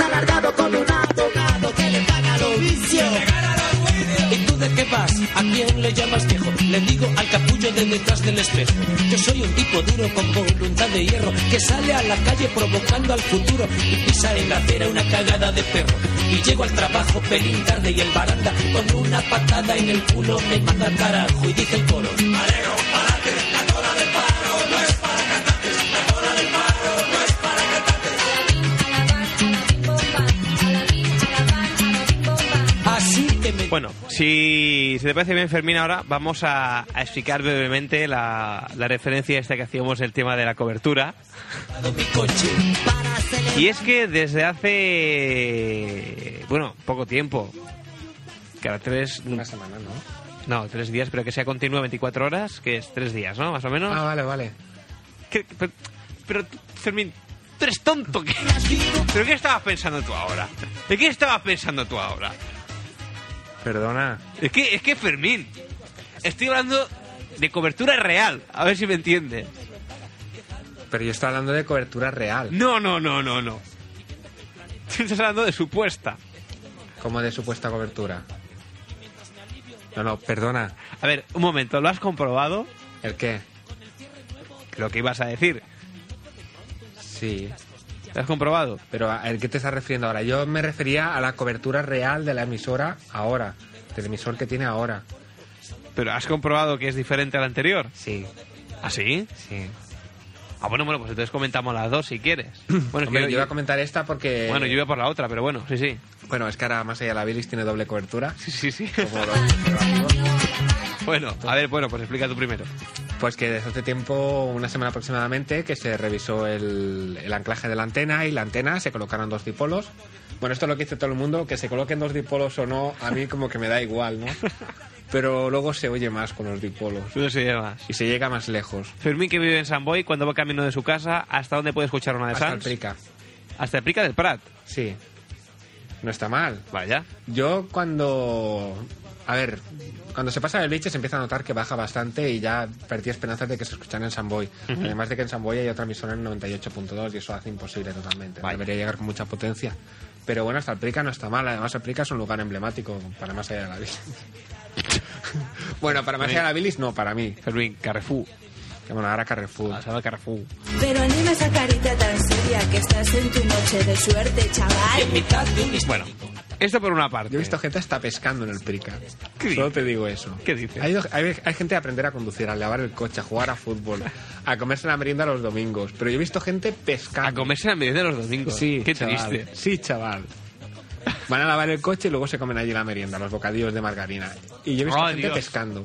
E: alargado como un abogado que le paga los vicios.
D: ¿Y tú de qué vas? ¿A quién le llamas viejo? Le digo al capullo de detrás del espejo. Yo soy un tipo duro con voluntad de hierro que sale a la calle provocando al futuro y pisa en la acera una cagada de perro. Y llego al trabajo pelín tarde y el baranda con una patada en el culo me manda al carajo y dice el coro. Así que me
A: Bueno, si, si te parece bien, Fermín, ahora vamos a, a explicar brevemente la, la referencia esta que hacíamos del tema de la cobertura.
D: dado mi coche.
A: Y es que desde hace, bueno, poco tiempo, cada tres,
C: Una semana, ¿no?
A: no, tres días, pero que sea continuo 24 horas, que es tres días, ¿no? Más o menos.
C: Ah, vale, vale.
A: Que- pero, pero, tú, Fermín, tú eres tonto. ¿qué? ¿Pero qué estabas pensando tú ahora? ¿De qué estabas pensando tú ahora?
C: Perdona.
A: Es que, es que Fermín, estoy hablando de cobertura real. A ver si me entiendes.
C: Pero yo estaba hablando de cobertura real,
A: No, no, no, no, no. Tú estás hablando de supuesta.
C: como de supuesta cobertura. No, no, perdona.
A: A ver, un momento, ¿lo has comprobado?
C: ¿El qué?
A: Lo que ibas a decir.
C: Sí.
A: ¿Lo has comprobado?
C: Pero ¿el qué te estás refiriendo ahora? Yo me refería a la cobertura real de la emisora ahora, del emisor que tiene ahora.
A: Pero has comprobado que es diferente al anterior.
C: Sí,
A: ¿Ah, sí?
C: sí.
A: Ah, bueno, bueno, pues entonces comentamos las dos si
C: (clears throat)
A: quieres. Bueno, es que
C: Hombre, yo
A: yo-
C: iba a comentar esta porque...
A: bueno, yo iba por la otra, pero bueno, sí, sí.
C: Bueno, es que ahora más allá la bilis tiene doble cobertura.
A: Sí, sí, sí.
C: como lo-
A: (laughs) Bueno, a ver, bueno, pues explica tú primero.
C: Pues que desde hace tiempo, una semana aproximadamente, que se revisó el, el anclaje de la antena y la antena se colocaron dos dipolos. Bueno, esto es lo que dice todo el mundo, que se coloquen dos dipolos o no, a mí como que me da igual, ¿no? Pero luego se oye más con los dipolos
A: Tú no se más.
C: y se llega más lejos.
A: Fermín, que vive en San Boy, cuando va camino de su casa, ¿hasta dónde puede escuchar una de
C: Hasta el
A: Sans?
C: Prica.
A: Hasta el Prica del Prat.
C: Sí. No está mal.
A: Vaya.
C: Yo cuando... A ver, cuando se pasa el biche se empieza a notar que baja bastante y ya perdí esperanzas de que se escuchan en Samboy. Además de que en Samboy hay otra emisora en 98.2 y eso hace imposible totalmente.
A: Vaya.
C: Debería llegar con mucha potencia. Pero bueno, hasta el Prica no está mal. Además, el Prica es un lugar emblemático para más allá de la bilis. bueno, para más allá de la bilis no, para mí.
A: Fermín, Carrefour.
C: Que bueno, ahora Carrefour.
A: Pasado Carrefour.
H: Pero anima esa carita tan seria que estás en tu noche de suerte, chaval.
A: Bueno, esto por una parte.
C: Yo he visto gente hasta pescando en el Prica.
A: ¿Qué
C: Solo
A: dices?
C: te digo eso.
A: ¿Qué dices?
C: Hay, hay- hay gente a aprender a conducir, a lavar el coche, a jugar a fútbol, a comerse la merienda los domingos. Pero yo he visto gente pescando.
A: A comerse la medida de los domingos.
C: Sí,
A: Qué
C: chaval.
A: triste.
C: Sí, chaval. Van a lavar el coche y luego se comen allí la merienda, los bocadillos de margarina. Y yo he visto
A: Oh,
C: gente
A: Dios.
C: pescando.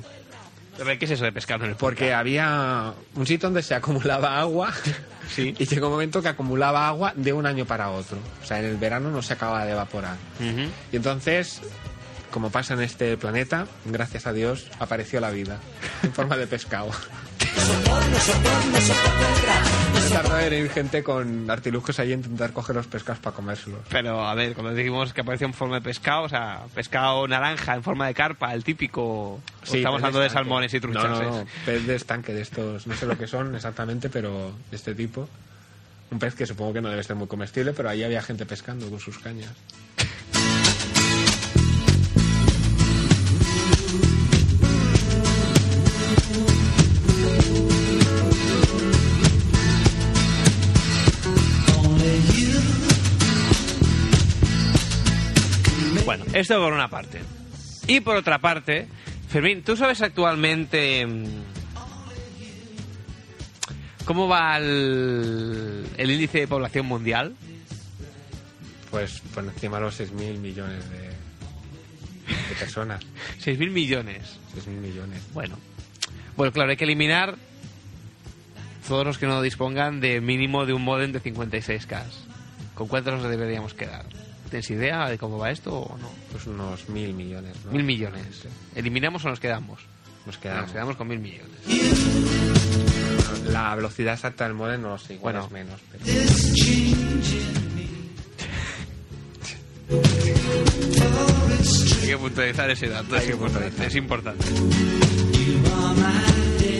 A: A ver, ¿qué es eso de pescado en el
C: Porque había un sitio donde se acumulaba agua. (laughs)
A: (laughs) Sí.
C: Y llegó un momento que acumulaba agua de un año para otro. O sea, en el verano no se acaba de evaporar.
A: Ujú.
C: Y entonces como pasa en este planeta, gracias a Dios, apareció la vida (laughs) en forma de pescado. Tardó en ir gente con artilugios ahí a intentar coger los pescados para comérselos.
A: Pero, a ver, cuando dijimos que apareció en forma de pescado, o sea, pescado naranja en forma de carpa, el típico. o
C: Sí,
A: estamos
C: pez
A: hablando de
C: estanque.
A: salmones y truchas.
C: No, no,
A: ¿eh?
C: no, pez de estanque de estos, no sé lo que son (laughs) exactamente, pero de este tipo. Un pez que supongo que no debe ser muy comestible, pero ahí había gente pescando con sus cañas.
A: Bueno, esto por una parte. Y por otra parte, Fermín, ¿tú sabes actualmente mm, cómo va el, el índice de población mundial?
C: Pues por encima de los 6.000 millones de, de personas.
A: 6.000 millones.
C: 6.000 millones.
A: Bueno. Bueno, claro, hay que eliminar todos los que no dispongan de mínimo de un modem de 56K. ¿Con cuántos nos deberíamos quedar? ¿Tienes idea de cómo va esto o no?
C: Pues unos mil millones, ¿no?
A: Mil millones. ¿Eliminamos o nos quedamos?
C: Nos
A: Nos
C: quedamos.
A: quedamos con mil millones.
C: La velocidad exacta del modem no lo sé, igual
A: Bueno.
C: es menos. Pero...
A: Hay que puntualizar ese dato,
C: Hay
A: es
C: que
A: importante,
C: puntualizar.
A: es importante.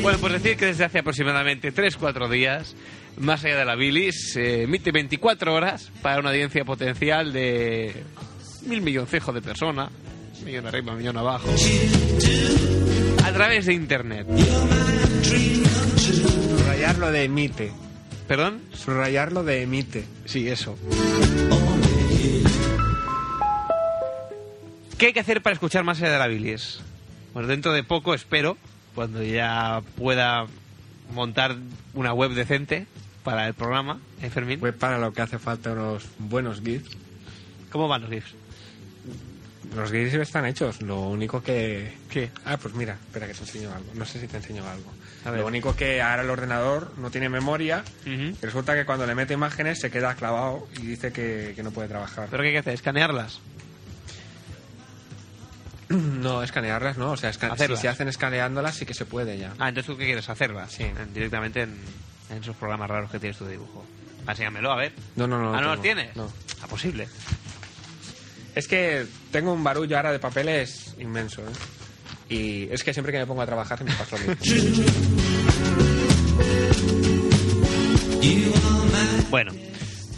A: Bueno, pues decir que desde hace aproximadamente 3-4 días, más allá de la bilis, se emite 24 horas para una audiencia potencial de mil milloncejos de personas, millón arriba, millón abajo, a través de Internet.
C: Subrayar lo de emite.
A: ¿Perdón?
C: Subrayar lo de emite.
A: Sí, eso. ¿Qué hay que hacer para escuchar más allá de la bilis? Pues dentro de poco, espero, cuando ya pueda montar una web decente para el programa, ¿eh, Fermín?
C: Pues para lo que hace falta unos buenos GIFs.
A: ¿Cómo van los GIFs?
C: Los GIFs están hechos, lo único que...
A: ¿Qué?
C: Ah, pues mira, espera que te enseño algo. No sé si te enseño algo.
A: A ver.
C: Lo único que ahora el ordenador no tiene memoria. y Resulta que cuando le mete imágenes se queda clavado y dice que, que no puede trabajar.
A: ¿Pero qué hay que hacer? ¿Escanearlas?
C: (clears throat) No, escanearlas, ¿no? O sea, esca- si
A: Hacerlas.
C: se hacen escaneándolas sí que se puede ya.
A: Ah, entonces tú qué quieres hacerlas?
C: Sí.
A: En- directamente en, en esos programas raros que tienes tu dibujo. Enséñamelo, a ver.
C: No, no, no.
A: ah, ¿no los
C: tengo,
A: tienes?
C: No.
A: Ah, posible.
C: Es que tengo un barullo ahora de papeles inmenso, ¿eh? Y es que siempre que me pongo a trabajar me pasa lo (laughs) mismo.
A: Bueno,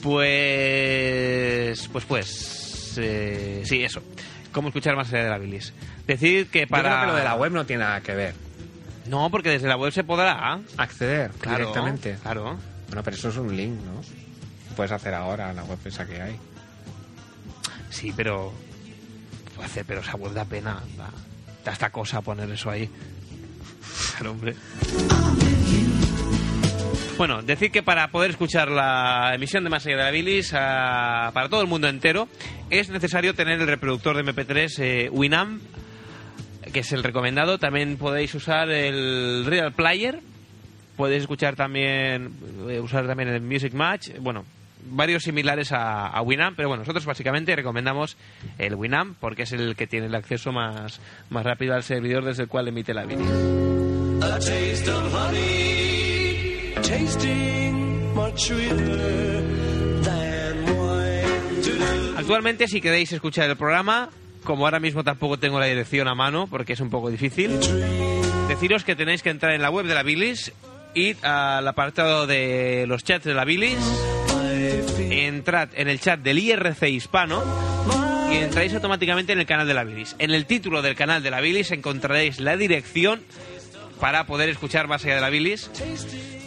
A: pues. Pues, pues. eh, sí, eso. ¿Cómo escuchar más allá de la bilis? Decir que para.
C: Yo creo que lo de la web no tiene nada que ver.
A: No, porque desde la web se podrá.
C: Acceder
A: Claro.
C: directamente.
A: Claro.
C: Bueno, pero eso es un link, ¿no? Puedes hacer ahora en la web esa que hay.
A: Sí, pero. Hacer, pero esa web da pena. Da, da esta cosa poner eso ahí. Claro, hombre. Bueno, decir que para poder escuchar la emisión de Más allá de la bilis a- para todo el mundo entero es necesario tener el reproductor de MP3 eh, Winamp que es el recomendado. También podéis usar el Real Player. Podéis escuchar también, eh, usar también el Music Match. Bueno, varios similares a, a Winamp, pero bueno, nosotros básicamente recomendamos el Winamp porque es el que tiene el acceso más, más rápido al servidor desde el cual emite la vídeo.
D: A taste of honey, tasting much sweeter than wine.
A: Actualmente, si queréis escuchar el programa, como ahora mismo tampoco tengo la dirección a mano porque es un poco difícil, deciros que tenéis que entrar en la web de la Bilis, ir al apartado de los chats de la Bilis, entrad en el chat del IRC hispano y entráis automáticamente en el canal de la Bilis. En el título del canal de la Bilis encontraréis la dirección para poder escuchar más allá de la bilis.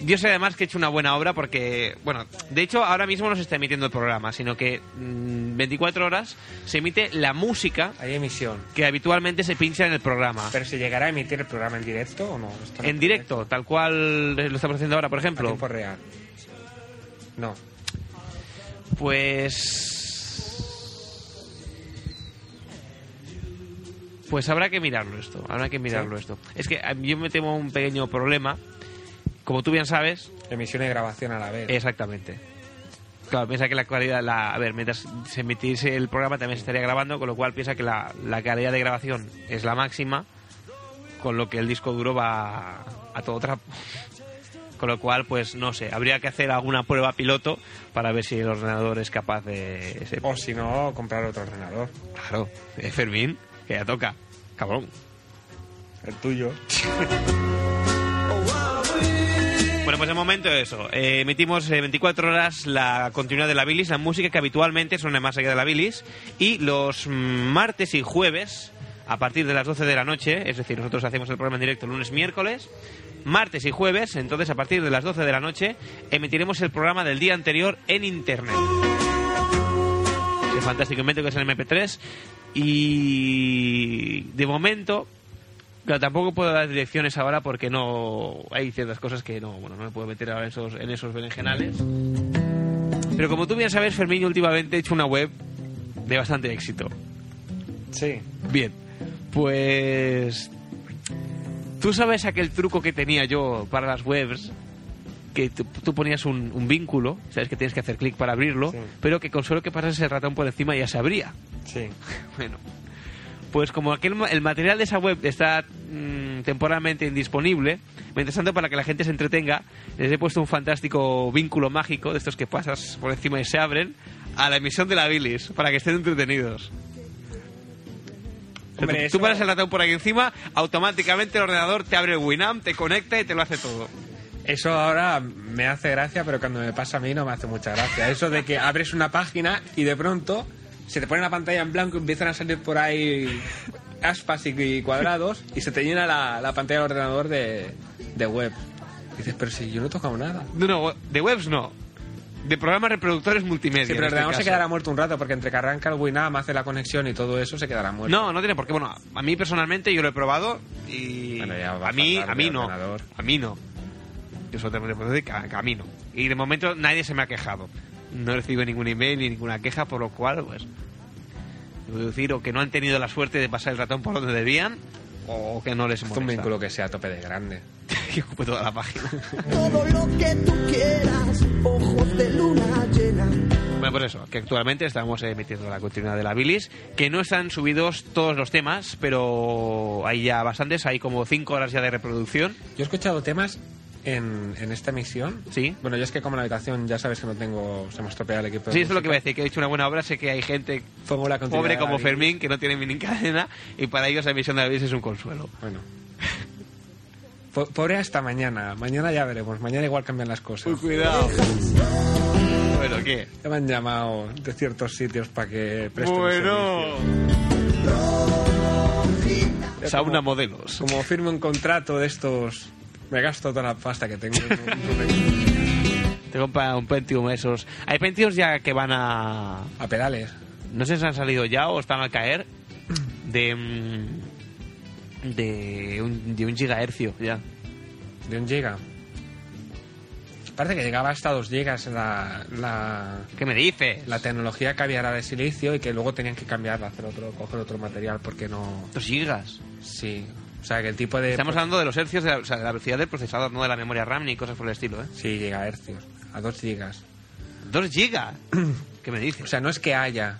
A: Yo sé además que he hecho una buena obra porque, bueno, de hecho ahora mismo no se está emitiendo el programa, sino que mm, 24 horas se emite la música
C: Hay emisión.
A: que habitualmente se pincha en el programa.
C: Pero si llegará a emitir el programa en directo o no. Esto no
A: En directo, tal cual lo estamos haciendo ahora, por
C: A
A: ejemplo.
C: tiempo real. No.
A: Pues... Pues habrá que mirarlo esto, habrá que mirarlo esto. Es que a mí- yo me temo un pequeño problema. Como tú bien sabes,
C: Emisión y grabación a la vez.
A: Exactamente. Claro, piensa que la calidad, la, a ver, mientras se emitiese el programa también se estaría grabando, con lo cual piensa que la, la calidad de grabación es la máxima, con lo que el disco duro va a, a todo trapo. (laughs) Con lo cual, pues no sé, habría que hacer alguna prueba piloto para ver si el ordenador es capaz de... ese-
C: O si no, comprar otro ordenador.
A: Claro, eh, Fermín, que ya toca, cabrón.
C: El tuyo.
A: (laughs) Bueno, pues de momento eso. Eh, emitimos eh, 24 horas la continuidad de la bilis, la música que habitualmente suena más allá de la bilis. Y los mm, martes y jueves, a partir de las 12 de la noche, es decir, nosotros hacemos el programa en directo lunes, miércoles. Martes y jueves, entonces a partir de las 12 de la noche, emitiremos el programa del día anterior en internet. Qué fantástico invento que es el MP3. Y de momento, Claro, tampoco puedo dar direcciones ahora porque no hay ciertas cosas que no, bueno, no me puedo meter ahora en esos, en esos berenjenales. Pero como tú bien sabes, Fermín últimamente he hecho una web de bastante éxito.
C: Sí.
A: Bien, pues tú sabes aquel truco que tenía yo para las webs que tú, tú ponías un, un vínculo, sabes que tienes que hacer clic para abrirlo,
C: Sí.
A: pero que con solo que pasas el ratón por encima ya se abría.
C: Sí.
A: Bueno, pues como aquel, ma- el material de esa web está mm, temporalmente indisponible, mientras tanto para que la gente se entretenga, les he puesto un fantástico vínculo mágico de estos que pasas por encima y se abren a la emisión de la bilis, para que estén entretenidos. O sea,
C: Hombre,
A: tú,
C: eso-
A: tú paras el ratón por aquí encima, automáticamente el ordenador te abre el Winamp, te conecta y te lo hace todo.
C: Eso ahora me hace gracia, pero cuando me pasa a mí no me hace mucha gracia. Eso de que abres una página y de pronto se te pone la pantalla en blanco y empiezan a salir por ahí aspas y cuadrados y se te llena la, la pantalla del ordenador de, de web. Y dices, pero si yo no he tocado nada.
A: No, no, de webs no. De programas reproductores multimedia.
C: Sí,
A: en
C: pero el
A: este
C: ordenador se
A: caso.
C: quedará muerto un rato porque entre que arranca el Winamp, hace la conexión y todo eso, se quedará muerto.
A: No, no tiene por qué. Bueno, a mí personalmente yo lo he probado y
C: Bueno, ya va
A: a mí,
C: fatal
A: a mí
C: de
A: no,
C: ordenador.
A: a mí no. Yo solo te puedo decir que a, que a mí no. Y de momento nadie se me ha quejado. No he recibido ningún email ni ninguna queja, por lo cual, pues, puedo decir o que no han tenido la suerte de pasar el ratón por donde debían o que no les
C: Haz un
A: molesta.
C: vínculo que sea a tope de grande.
A: (laughs) que ocupe toda la página.
I: Todo lo que tú quieras, ojos de luna llena.
A: Bueno, por eso, que actualmente estamos emitiendo la continuidad de la bilis, que no están subidos todos los temas, pero hay ya bastantes, hay como 5 horas ya de reproducción.
C: Yo he escuchado temas en, en esta emisión.
A: Sí.
C: Bueno, yo es que como en la habitación ya sabes que no tengo... Se me ha estropeado el equipo de
A: Sí, eso es lo que
C: música.
A: voy a decir, que he hecho una buena obra, sé que hay gente
C: Pongo la continuidad
A: pobre
C: de
A: como
C: la bilis.
A: Fermín que no tiene mini cadena y para ellos la emisión de la bilis es un consuelo.
C: Bueno. (laughs) Po- Pobre hasta mañana. Mañana ya veremos. Mañana igual cambian las cosas.
A: cuidado. Bueno, ¿qué?
C: Ya me han llamado de ciertos sitios para que presten
A: Bueno.
C: servicio.
A: Sauna
C: como,
A: modelos.
C: como firme un contrato de estos, me gasto toda la pasta que tengo.
A: (laughs) Te compra un Pentium esos. Hay Pentiums ya que van a...
C: a pedales.
A: No sé si han salido ya o están a caer de... mm, De un, de un gigahercio ya.
C: De un giga. Parece que llegaba hasta dos gigas la, la,
A: ¿Qué me dices?
C: la tecnología que había era de silicio y que luego tenían que cambiarla, hacer otro, coger otro material porque no...
A: Dos gigas.
C: Sí. O sea, que el tipo de...
A: Estamos hablando de los hercios, de la, o sea, de la velocidad del procesador, no de la memoria RAM ni cosas por el estilo, ¿eh?
C: Sí, gigahercios. A dos gigas.
A: ¿Dos
C: (clears throat)
A: gigas? ¿Qué me dices?
C: O sea, no es que haya,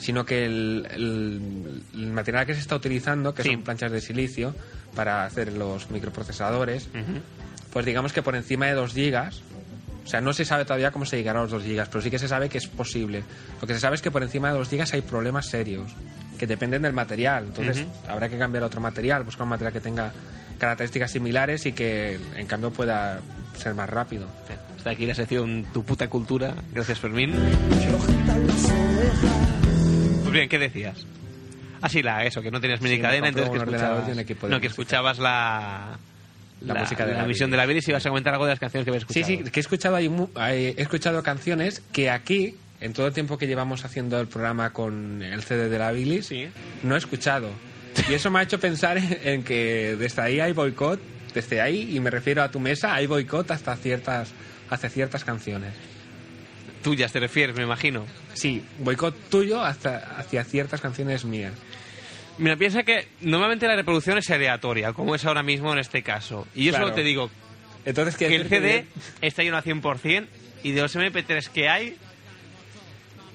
C: sino que el, el- el material que se está utilizando, que
A: Sí.
C: son planchas de silicio para hacer los microprocesadores,
A: Ujú.
C: pues digamos que por encima de 2 gigas, o sea, no se sabe todavía cómo se llegará a los 2 gigas, pero sí que se sabe que es posible. Lo que se sabe es que por encima de 2 gigas hay problemas serios, que dependen del material. Entonces habrá que cambiar otro material, buscar un material que tenga características similares y que en cambio pueda ser más rápido.
A: Está aquí la sección Tu puta cultura. Gracias, Fermín. Pues bien, ¿qué decías? Ah, sí, la, eso, que no tenías mini
C: Sí, me
A: cadena,
C: compré
A: entonces que
C: un ordenador
A: escuchabas,
C: y un equipo de
A: no, que
C: música.
A: escuchabas la,
C: La música de la
A: la emisión
C: bilis.
A: de la bilis y ibas a comentar algo de las canciones que habías
C: Sí,
A: escuchado.
C: sí, que he escuchado, ahí mu- ahí- he escuchado canciones que aquí, en todo el tiempo que llevamos haciendo el programa con el CD de la Bilis,
A: Sí.
C: no he escuchado. Y eso me ha hecho pensar (laughs) en, en que desde ahí hay boicot, desde ahí, y me refiero a tu mesa, hay boicot hasta ciertas, hacia ciertas canciones.
A: Tuyas te refieres, me imagino.
C: Sí, boicot tuyo hasta, hacia ciertas canciones mías.
A: Mira, piensa que normalmente la reproducción es aleatoria, como es ahora mismo en este caso. Y yo
C: Claro.
A: solo te digo
C: Entonces, ¿qué
A: que el
C: decir que
A: CD
C: bien?
A: está lleno al 100% y de los MP3 que hay,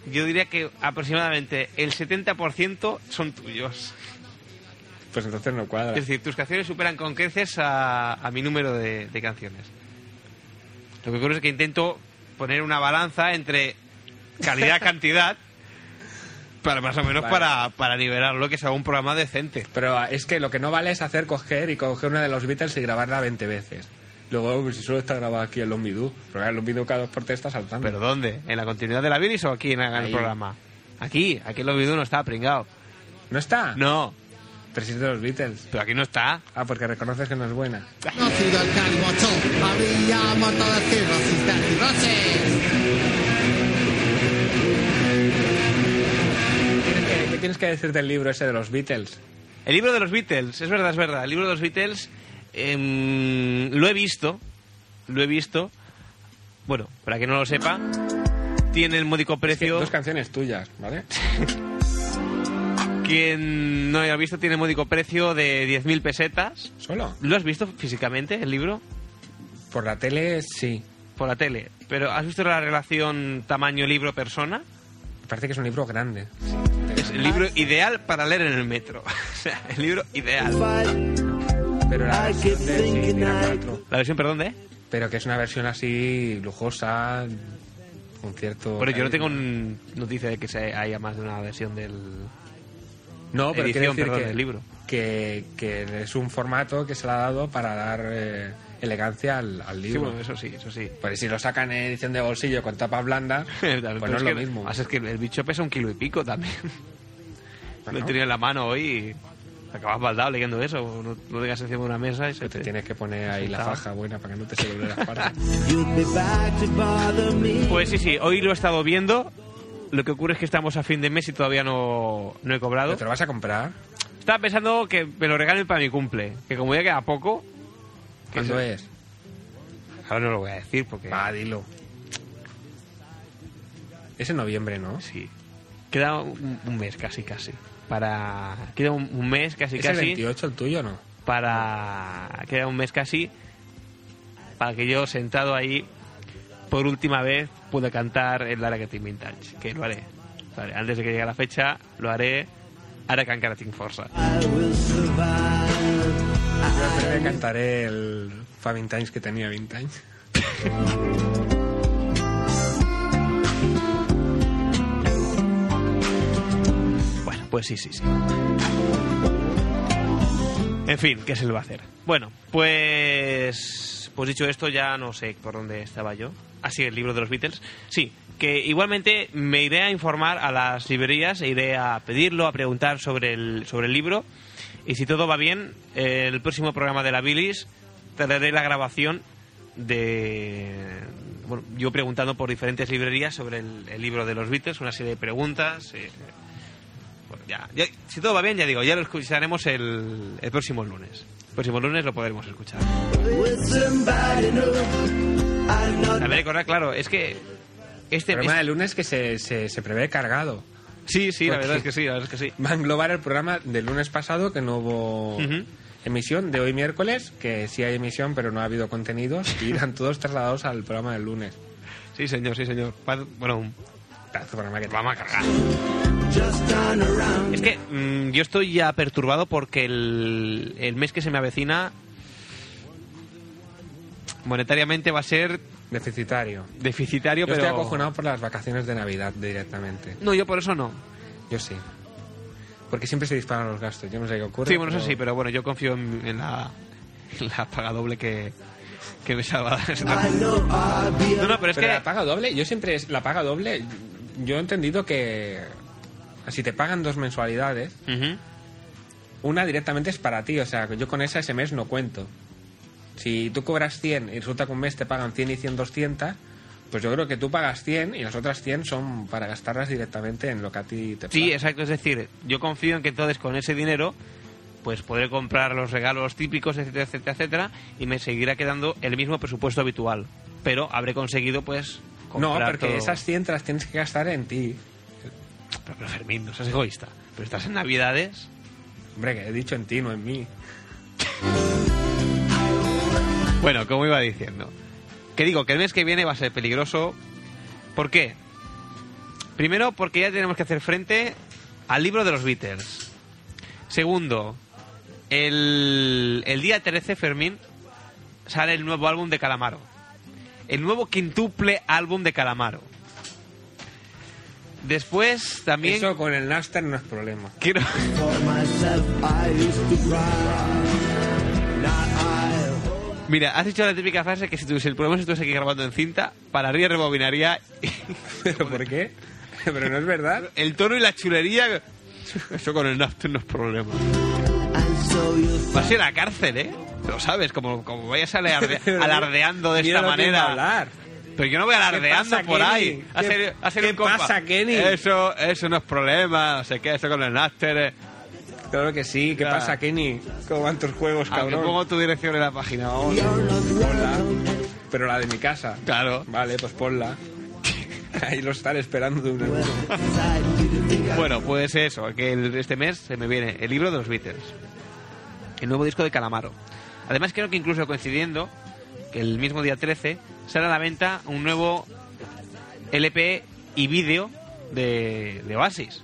A: yo diría que aproximadamente el 70% son tuyos.
C: Pues entonces no cuadra.
A: Es decir, tus canciones superan con creces a, a mi número de, de canciones. Lo que ocurre es que intento poner una balanza entre
C: (laughs)
A: calidad-cantidad para más o menos
C: Vale.
A: para, para liberarlo que sea un programa decente.
C: Pero ah, es que lo que no vale es hacer coger y coger una de los Beatles y grabarla 20 veces. Luego, pues, si solo está grabado aquí el Lombidú, pero claro, el Lombidú cada dos por tres está saltando.
A: ¿Pero dónde? ¿En la continuidad de la Bilis o aquí en el
C: Ahí.
A: programa? Aquí, aquí el Ovidio no está pringado.
C: ¿No está?
A: No,
C: Pero sí es de los Beatles.
A: pero aquí no está.
C: Ah, porque reconoces que no es buena.
J: Nacido el calibotón, habría muerto de cirrosis de cirrosis.
C: ¿Qué, qué tienes que decir del libro ese de los Beatles?
A: El libro de los Beatles, es verdad, es verdad. El libro de los Beatles em, lo he visto, lo he visto. Bueno, para que no lo sepa, tiene el módico precio.
C: Dos canciones tuyas, ¿vale?
A: Quien no haya visto tiene el módico precio de 10.000 pesetas.
C: Solo.
A: ¿Lo has visto físicamente, el libro?
C: Por la tele, sí.
A: Por la tele. ¿Pero has visto la relación tamaño-libro-persona?
C: Parece que es un libro grande.
A: Es el libro ideal para leer en el metro. (laughs) o sea, el libro ideal.
C: Pero la versión de- sí, era cuatro.
A: La versión, perdón, ¿eh?
C: Pero que es una versión así lujosa, con cierto...
A: Bueno, yo no tengo
C: carisma.
A: un- noticia de que se haya más de una versión del,
C: No, pero quiero
A: edición,
C: decir
A: perdón,
C: que,
A: del libro.
C: Que, que es un formato que se le ha dado para dar eh, elegancia al, al
A: Sí,
C: libro.
A: bueno, eso sí, eso sí.
C: Pues si lo sacan en edición de bolsillo con
A: (laughs)
C: tapa blanda, pues
A: Pero
C: no es
A: que,
C: lo mismo.
A: pasa es que el bicho pesa un kilo y pico también. (laughs)
C: Bueno,
A: Lo tenía en la mano hoy y acabas baldado leyendo eso. No, no tengas encima de una mesa y se
C: pero te tienes que poner ahí la
A: Sentado.
C: faja buena para que no te se doble las
A: (laughs)
C: partes.
A: Pues sí, sí, hoy lo he estado viendo. Lo que ocurre es que estamos a fin de mes y todavía no, no he cobrado.
C: ¿Pero ¿Te lo vas a comprar?
A: Estaba pensando que me lo regalen para mi cumple. Que como ya queda poco, ¿Qué
C: ¿Cuándo
A: es?
C: es?
A: ahora no lo voy a decir porque...
C: Va, dilo. Es en noviembre, ¿no?
A: Sí. Queda un, un mes casi, casi. Para... Queda un, un mes casi,
C: ¿Es el
A: casi.
C: 28 el tuyo o no?
A: para queda un mes casi para que yo sentado ahí por última vez pueda cantar el Team Vintage que lo haré Lo haré. antes de que llegue la fecha lo haré haré Team Forza
C: Yo creo que cantaré el Fabin Times que tenía Vintage.
A: bueno pues sí sí sí en fin qué se le va a hacer bueno pues pues dicho esto ya no sé por dónde estaba yo así el libro de los Beatles sí que igualmente me iré a informar a las librerías e iré a pedirlo a preguntar sobre el sobre el libro Y si todo va bien, eh, el próximo programa de la Bilis traeré la grabación de. Bueno, yo preguntando por diferentes librerías sobre el, el libro de los Beatles, una serie de preguntas. eh, bueno, ya, ya- si todo va bien, ya digo, ya lo escucharemos el, el próximo lunes. El próximo lunes lo podremos escuchar. También recordar, claro, es que. Este,
C: El programa de lunes que se, se, se prevé cargado.
A: Sí, Pues sí, la
C: Porque-
A: verdad es que sí, la verdad es que sí.
C: Va a englobar el programa del lunes pasado, que no hubo
A: Ujú.
C: emisión, de hoy miércoles, que sí hay emisión, pero no ha habido contenidos,
A: (laughs)
C: y irán todos trasladados al programa del lunes.
A: Sí, señor, sí, señor. Pa- Bueno, un
C: Pedazo de programa que
A: Vamos a cagar. Es que mm, yo estoy ya perturbado porque el, el mes que se me avecina monetariamente va a ser
C: Deficitario.
A: deficitario,
C: Yo
A: pero...
C: estoy acojonado por las vacaciones de Navidad directamente.
A: No, yo por eso no.
C: Yo sí. Porque siempre se disparan los gastos. Yo no sé qué ocurre.
A: Sí, bueno, eso sí, pero bueno, yo confío en, en la, en la paga doble que, que me salva. No, no, pero es
C: Pero
A: que...
C: la paga doble, yo siempre es la paga doble. Yo he entendido que si te pagan dos mensualidades,
A: Ujú.
C: una directamente es para ti, o sea, yo con esa ese mes no cuento. Si tú cobras 100 y resulta que un mes te pagan 100 y 100, 200, pues yo creo que tú pagas 100 y las otras 100 son para gastarlas directamente en lo que a ti te
A: Sí,
C: pagan.
A: exacto. Es decir, yo confío en que entonces con ese dinero pues podré comprar los regalos típicos, etcétera, etcétera, etcétera, y me seguirá quedando el mismo presupuesto habitual. Pero habré conseguido, pues,
C: No,
A: comprar
C: porque
A: todo.
C: esas 100 te las tienes que gastar en ti.
A: Pero, pero, Fermín, no seas egoísta. Pero estás en Navidades...
C: Hombre, que he dicho en ti, no en mí.
A: Bueno, como iba diciendo. Que digo, que el mes que viene va a ser peligroso. ¿Por qué? Primero, porque ya tenemos que hacer frente al libro de los Beatles. Segundo, el, el día 13, Fermín, sale el nuevo álbum de Calamaro. El nuevo quintuple álbum de Calamaro. Después también
C: Eso con el Napster no es problema. (laughs)
A: quiero... Mira, has dicho la típica frase que si, tu- si el programa estuviese aquí grabando en cinta, pararía, rebobinaría (laughs)
C: ¿Pero por qué? (laughs) Pero no es verdad.
A: el tono y la chulería. Eso con el Napster no es problema. Va a ser la cárcel, ¿eh? Lo sabes, como, como vayas
C: (laughs)
A: alarde- (laughs) alardeando de
C: Mira
A: esta
C: lo que iba a
A: manera.
C: hablar.
A: Pero yo no voy alardeando
C: pasa,
A: por
C: Kenny?
A: ahí.
C: ¿Qué-
A: Hacer- hacer
C: qué
A: un compa.
C: pasa, Kenny?
A: Eso, eso no es problema, no sé qué, eso con el Napster. eh.
C: Claro que sí. ¿Qué
A: Claro.
C: pasa, Kenny? ¿Cómo van tus juegos,
A: Aunque
C: cabrón?
A: pongo tu dirección en la página. vamos.
C: Ponla. Pero la de mi casa.
A: Claro.
C: Vale, pues ponla. (laughs) Ahí lo están esperando de un en uno.
A: Bueno, pues eso, que el- este mes se me viene el libro de los Beatles, el nuevo disco de Calamaro. Además creo que incluso coincidiendo, que el mismo día 13 sale a la venta un nuevo LP y vídeo de, de Oasis,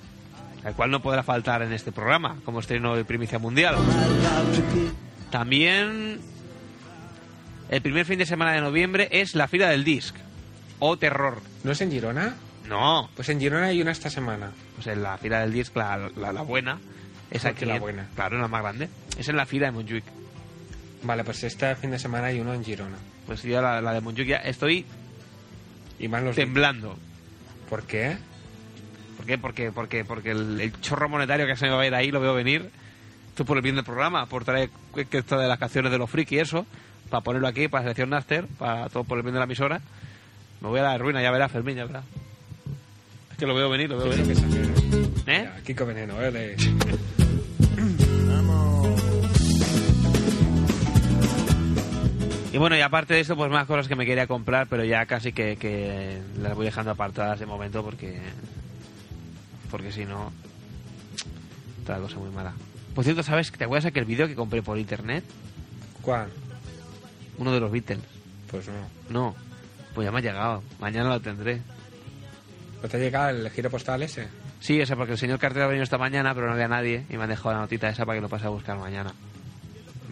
A: al cual no podrá faltar en este programa, como estreno de Primicia Mundial. También el primer fin de semana de noviembre es la fila del disc, o terror.
C: ¿No es en Girona?
A: No,
C: Pues en Girona hay una esta semana.
A: pues en la fila del disc, la, la, la buena. Es
C: ¿Por qué
A: aquí,
C: la
A: en-
C: buena?
A: Claro, la más grande. Es en la fila de Montjuic.
C: Vale, pues este fin de semana hay uno en Girona.
A: Pues yo la, la de Montjuic ya estoy
C: Pues Y van los...
A: temblando.
C: ¿Por qué?
A: ¿Por qué? Porque, porque, porque el, el chorro monetario que se me va a ir ahí lo veo venir. Esto por el bien del programa, por traer que- que esto de las canciones de los friki y eso, para ponerlo aquí, para la selección Naster, para todo por el bien de la emisora. Me voy a la ruina, ya verás, Fermín, ya verás. Es que lo veo venir, lo veo venir. ¿Eh?
C: Mira, Kiko Veneno, ole.
A: Y bueno, y aparte de eso, pues más cosas que me quería comprar, pero ya casi que, que las voy dejando apartadas de momento porque. Porque si no. Está la cosa muy mala. Por cierto, ¿sabes? ¿Te acuerdas aquel vídeo que compré por internet?
C: ¿Cuál?
A: Uno de los Beatles.
C: Pues no.
A: No. Pues ya me ha llegado. Mañana lo tendré.
C: ¿No te ha llegado el giro postal ese?
A: Sí, esa porque el señor Carter ha venido esta mañana, pero no había nadie. Y me han dejado la notita esa para que lo pase a buscar mañana.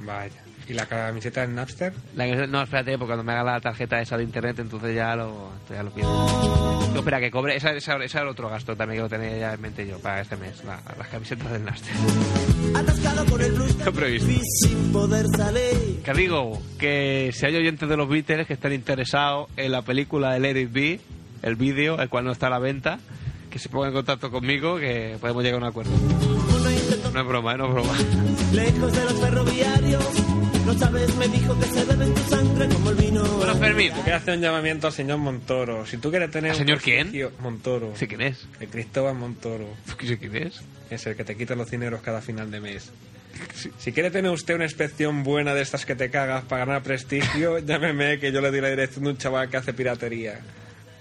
C: Vaya. ¿Y la camiseta en Napster?
A: La que- no, espérate, porque cuando me haga la tarjeta esa de internet, entonces ya lo, ya lo pido. No, espera, que cobre. Ese esa, esa era otro gasto también que lo tenía ya en mente yo para este mes, la- las camisetas del Naster.
I: Atascado con el blues
A: Lo previsto.
I: y sin poder salir.
A: Que digo, que si hay oyentes de los Beatles que están interesados en la película de Let It Be, el vídeo, el cual no está a la venta, que se pongan en contacto conmigo, que podemos llegar a un acuerdo.
I: Uno intentó
A: No es broma, eh, no es broma.
I: lejos de los ferroviarios. No sabes, me dijo que se beben tu sangre como el vino.
A: Bueno, Fermín,
C: Quiero hacer un llamamiento al señor Montoro. Si tú quieres tener...
A: ¿Al
C: un
A: señor quién?
C: prestigio- Montoro.
A: ¿sé quién es?
C: El Cristóbal Montoro.
A: ¿Sé quién es?
C: Es el que te quita los dineros cada final de mes. Si quiere tener usted una inspección buena de estas que te cagas para ganar prestigio, (laughs) llámeme que yo le doy la dirección de un chaval que hace piratería.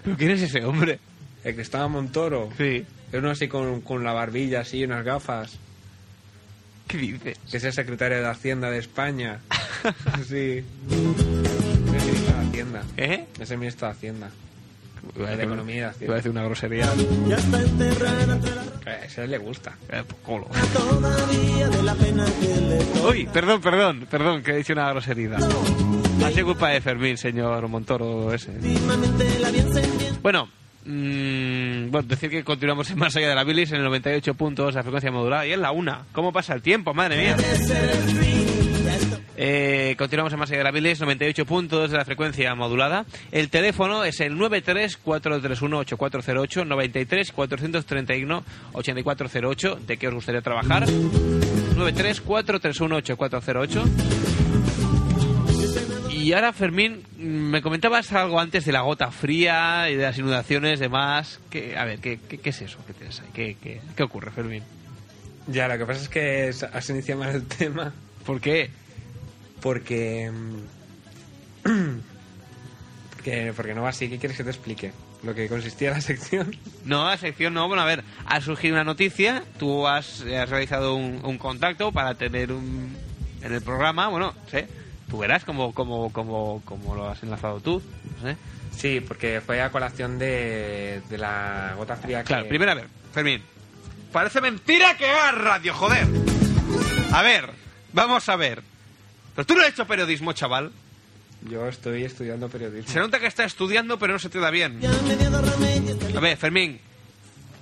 A: ¿Pero quién es ese hombre?
C: El Cristóbal Montoro.
A: Sí.
C: Es uno así con, con la barbilla, así, unas gafas.
A: ¿Qué dices?
C: Que es el secretario de Hacienda de España. sí. Es el ministro de Hacienda.
A: ¿Eh?
C: Es el ministro de Hacienda.
A: Iba a
C: de
A: decir-
C: Economía.
A: Iba a decir una grosería.
I: Ya está enterrada entre la
C: Eh, A ese le gusta.
A: Eh, colo.
I: todavía de la pena que le
A: Uy, perdón, perdón, perdón, que he dicho una grosería. Ha sido culpa de Fermín, señor Montoro ese.
I: últimamente la bien se entiende.
A: Bueno, mm, bueno, decir que continuamos en Más Allá de la Bilis en el 98.2 la frecuencia modulada y en la 1. ¿Cómo pasa el tiempo? Madre mía. Eh, continuamos en Más Allá de la Bilis, 98.2 de la frecuencia modulada. El teléfono es el 93-431-8408, 93-431-8408. ¿De qué os gustaría trabajar? 93-431-8408. Y ahora, Fermín, me comentabas algo antes de la gota fría y de las inundaciones, demás. Que, a ver, ¿qué, qué, qué es eso que tienes ahí? ¿Qué, qué, qué ocurre, Fermín?
C: Ya, lo que pasa es que es- has iniciado mal el tema.
A: ¿Por qué?
C: Porque. mm, (clears throat) porque, porque no va así. ¿Qué quieres que te explique? Lo que consistía la (laughs) sección.
A: No, la sección no. Bueno, a ver, ha surgido una noticia, tú eh, has, has realizado un, un contacto para tener un, en el programa, bueno, sé,
K: Tú verás cómo, cómo, cómo, cómo lo has enlazado tú. No sé.
C: Sí, porque fue a colación de, de la gota fría que...
K: Claro, primero a ver, Fermín.
A: Parece mentira que hagas radio, joder. A ver, vamos a ver. Pero tú no has hecho periodismo, chaval.
C: Yo estoy estudiando periodismo.
A: Se nota que está estudiando, pero no se te da bien.
L: Ya me he dado remedio,
A: A ver, Fermín.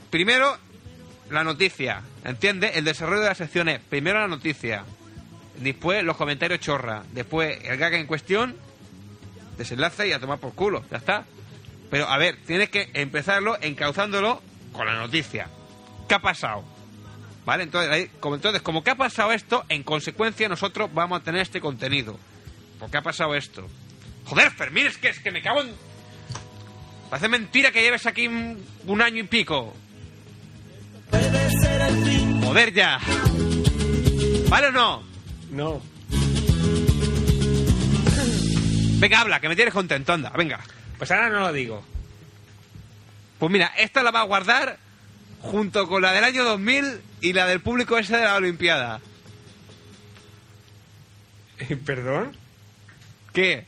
A: Primero, la noticia. ¿Entiende? El desarrollo de las secciones. Primero la noticia. Después los comentarios chorra. Después el gag en cuestión. Desenlace y a tomar por culo. Ya está. Pero a ver, tienes que empezarlo encauzándolo con la noticia. ¿Qué ha pasado? ¿Vale? Entonces, ahí- como, entonces, como que ha pasado esto, en consecuencia nosotros vamos a tener este contenido. ¿Por qué ha pasado esto? Joder, Fermín, es que, es que me cago en... Parece mentira que lleves aquí un, un año y pico.
L: puede ser el fin.
A: Joder ya. ¿Vale o no?
C: No.
A: Venga, habla, que me tienes contento, anda, venga.
C: Pues ahora no lo digo. (laughs)
A: Pues mira, esta la va a guardar junto con la del año 2000 y la del público ese de la Olimpiada.
C: Eh, ¿Perdón?
A: ¿Qué?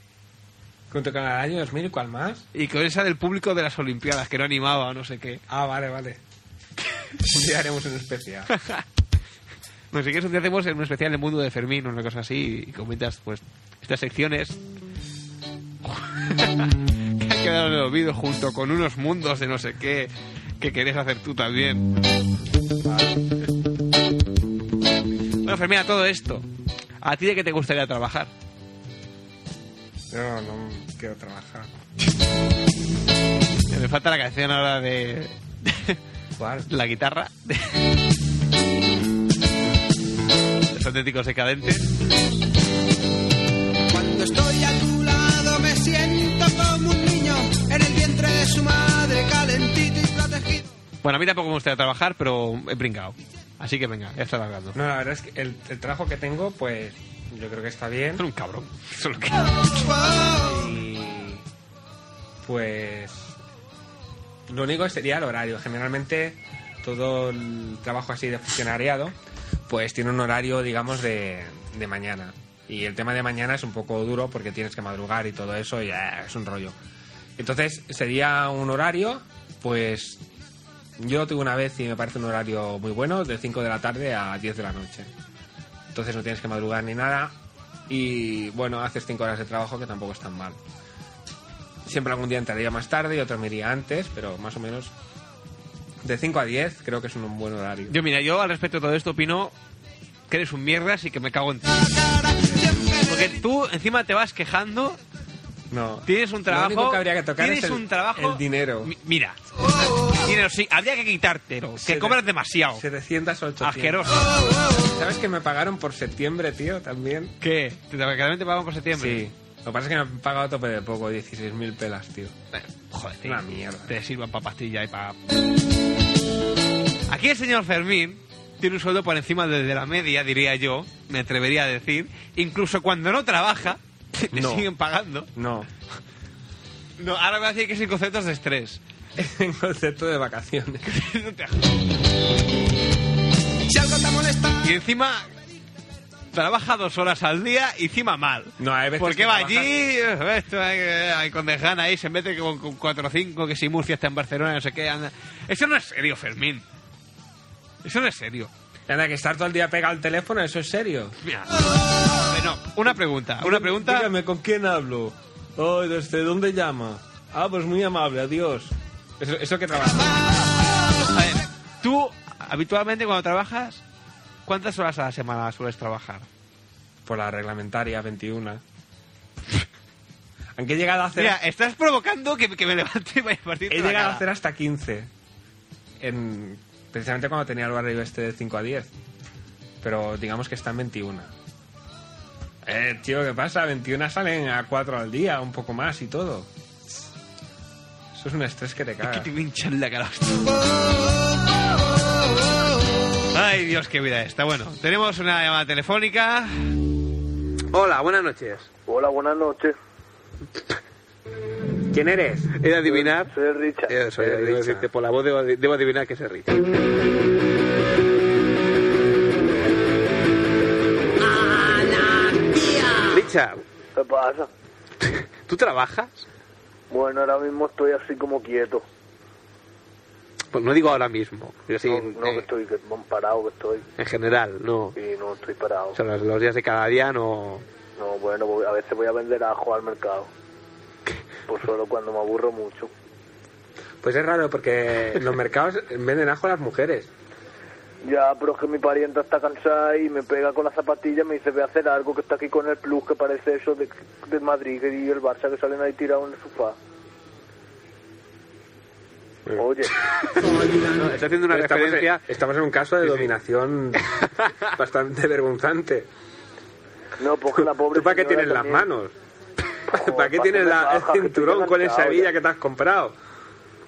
C: ¿Junto con el año 2000 cuál más?
A: Y con esa del público de las Olimpiadas, que no animaba o no sé qué.
C: Ah, vale, vale. (laughs) Un día haremos un especial.
A: No sé qué, eso te hacemos en Pues un especial del mundo de Fermín o una cosa así y comentas, pues, estas secciones (laughs) que han quedado en el olvido junto con unos mundos de no sé qué que querés hacer tú también. Bueno, Fermín, a todo esto, ¿a ti de qué te gustaría trabajar?
C: No, no quiero trabajar.
A: Me falta la canción ahora de
C: ¿Cuál?
A: la guitarra. Los auténticos decadentes.
M: Cuando estoy a tu lado me siento como un niño en el vientre de su madre, calentito y protegido.
A: Bueno, a mí tampoco me gustaría trabajar, pero he brincado. Así que venga, ya está hablando.
C: No, la verdad es que el, el trabajo que tengo, pues yo creo que está bien.
A: Son un cabrón. Eso es lo que-
C: Y pues lo único sería el horario. Generalmente todo el trabajo así de funcionariado pues tiene un horario digamos de, de mañana. Y el tema de mañana es un poco duro porque tienes que madrugar y todo eso y ah, es un rollo. Entonces sería un horario pues yo lo tuve una vez y me parece un horario muy bueno de 5 de la tarde a 10 de la noche. Entonces no tienes que madrugar ni nada. Y bueno, haces 5 horas de trabajo que tampoco es tan mal. Siempre algún día entraría más tarde y otro me iría antes, pero más o menos de 5 a 10 creo que es un buen horario.
A: Yo, mira, yo al respecto de todo esto opino que eres un mierdas y que me cago en ti. Porque tú encima te vas quejando,
C: no.
A: tienes un trabajo.
C: Lo único que habría que tocar
A: tienes
C: es el,
A: un trabajo.
C: el dinero.
A: Mi- mira, dinero sí, habría que quitártelo, que
C: Se-
A: cobras demasiado.
C: 700 o 800.
A: Asqueroso.
C: ¿Sabes que me pagaron por septiembre, tío, también?
A: ¿Qué? ¿Te realmente pagamos por septiembre?
C: Sí. Lo que pasa es que me han pagado a tope de poco, 16.000 pelas, tío.
A: Bueno, joder,
C: Una
A: tío.
C: mierda.
A: te sirvan para pastilla y para... Aquí el señor Fermín tiene un sueldo por encima del de la media, diría yo, me atrevería a decir. Incluso cuando no trabaja, (laughs) le
C: No.
A: siguen pagando.
C: No. (laughs)
A: No, ahora me va a decir que es en conceptos de estrés.
C: en concepto de vacaciones.
A: No te jodas.
M: Si algo te molesta,
A: (laughs) y encima trabaja dos horas al día y encima mal.
C: No, hay veces
A: Porque
C: que
A: va
C: trabaja-
A: allí, esto, eh, eh, con Dejana ahí, se mete con, con 4 o 5, que si Murcia está en Barcelona, no sé qué. anda. Eso no es serio, Fermín. Eso no es serio.
C: Y Anda, que estar todo el día pegado al teléfono, eso es serio.
A: Mira. Bueno, una pregunta, una pregunta.
C: Dígame, ¿con quién hablo? Oh, ¿desde dónde llama? Ah, pues muy amable, adiós. Eso, eso que trabaja.
A: A ver, tú, habitualmente cuando trabajas, ¿cuántas horas a la semana sueles trabajar?
C: Por la reglamentaria 21. (laughs) Aunque he llegado a hacer.
A: Mira, estás provocando que, que me levante y vaya a partir
C: he llegado a hacer hasta 15. En, precisamente cuando tenía el barrio este de 5 a 10. Pero digamos que está en 21. Eh, tío, ¿qué pasa? 21 salen a 4 al día, un poco más y todo. Eso es un estrés que te
A: Que
C: caga.
A: te hinchan la cara. Ay, Dios, qué vida esta. Bueno, tenemos una llamada telefónica.
N: Hola, buenas noches.
G: Hola, buenas noches.
C: ¿Quién eres?
N: ¿He de adivinar?
G: Soy el Richard.
N: Eso,
C: Eh,
N: debo
C: Richard.
N: decirte, por la voz debo, debo adivinar que se ríe.
G: Escucha,
O: ¿Qué pasa?
G: ¿tú trabajas?
O: Bueno, ahora mismo estoy así como quieto.
G: Pues no digo ahora mismo, digo así,
O: No,
C: eh.
O: que estoy que, bon parado, que estoy.
G: en general, no.
O: Y no estoy parado.
G: O sea, los, los días de cada día no...
O: No, bueno, voy- a veces voy a vender ajo al mercado. Por solo cuando me aburro mucho.
C: Pues es raro porque en los mercados venden ajo a las mujeres.
O: Ya, pero es que mi parienta está cansada y me pega con la zapatilla y me dice, ve a hacer algo que está aquí con el plus que parece eso de, de Madrid y el Barça que salen ahí tirados en el sofá. Oye.
G: Está haciendo una
C: estamos en-
G: referencia-
C: estamos en un caso de dominación bastante vergonzante.
O: No, porque la pobre
C: ¿Tú para qué
O: señora
C: tienes las
O: también- (laughs)
C: manos? ¿Para qué
O: pa'
C: tienes
O: que me
C: la-
O: baja, que
C: el
O: estoy
C: cinturón con
O: cansado
C: esa
O: ya.
C: hebilla que te has comprado?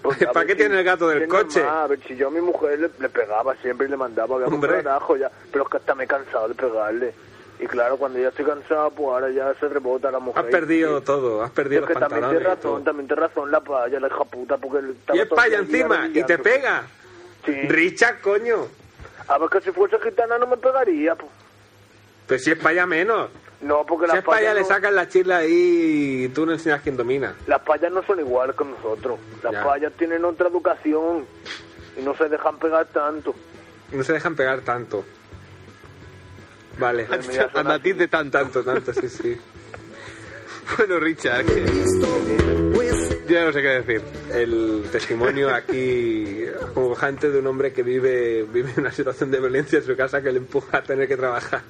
O: Pues, a
C: ¿Para
O: ver
C: qué
O: si-
C: tiene el gato del
O: si es
C: coche?
O: normal, a ver, si yo a mi mujer le, le pegaba siempre y le mandaba que
C: Hombre.
O: comprar ajo ya, pero es que hasta me he cansado de pegarle. Y claro, cuando ya estoy cansado, pues ahora ya se rebota la mujer.
C: Has perdido todo, has perdido
O: es
C: los
O: que también
C: pantalones.
O: tiene
C: y
O: razón,
C: todo.
O: también tiene razón la paya, la hija puta, porque... él estaba
C: Y es
O: todo el
C: paya
O: día
C: encima, y te
O: arrodillando.
C: pega.
O: Sí.
C: Richa, coño.
O: A ver, que si fuese gitana no me pegaría, pues.
C: Pues si es paya menos.
O: No, porque
C: Si
O: las
C: es paya
O: payas
C: le
O: no-
C: sacan la chirla ahí y tú no enseñas quién domina.
O: Las payas no son iguales que nosotros. Las
C: Ya.
O: payas tienen otra educación y no se dejan pegar tanto.
C: No se dejan pegar tanto. Vale.
O: Pues mira, son
C: ti de tan tanto, tanto, sí, sí. (laughs)
G: Bueno, Richard, que- ya no sé qué decir.
C: El testimonio aquí acongojante de un hombre que vive, vive una situación de violencia en su casa que le empuja a tener que trabajar.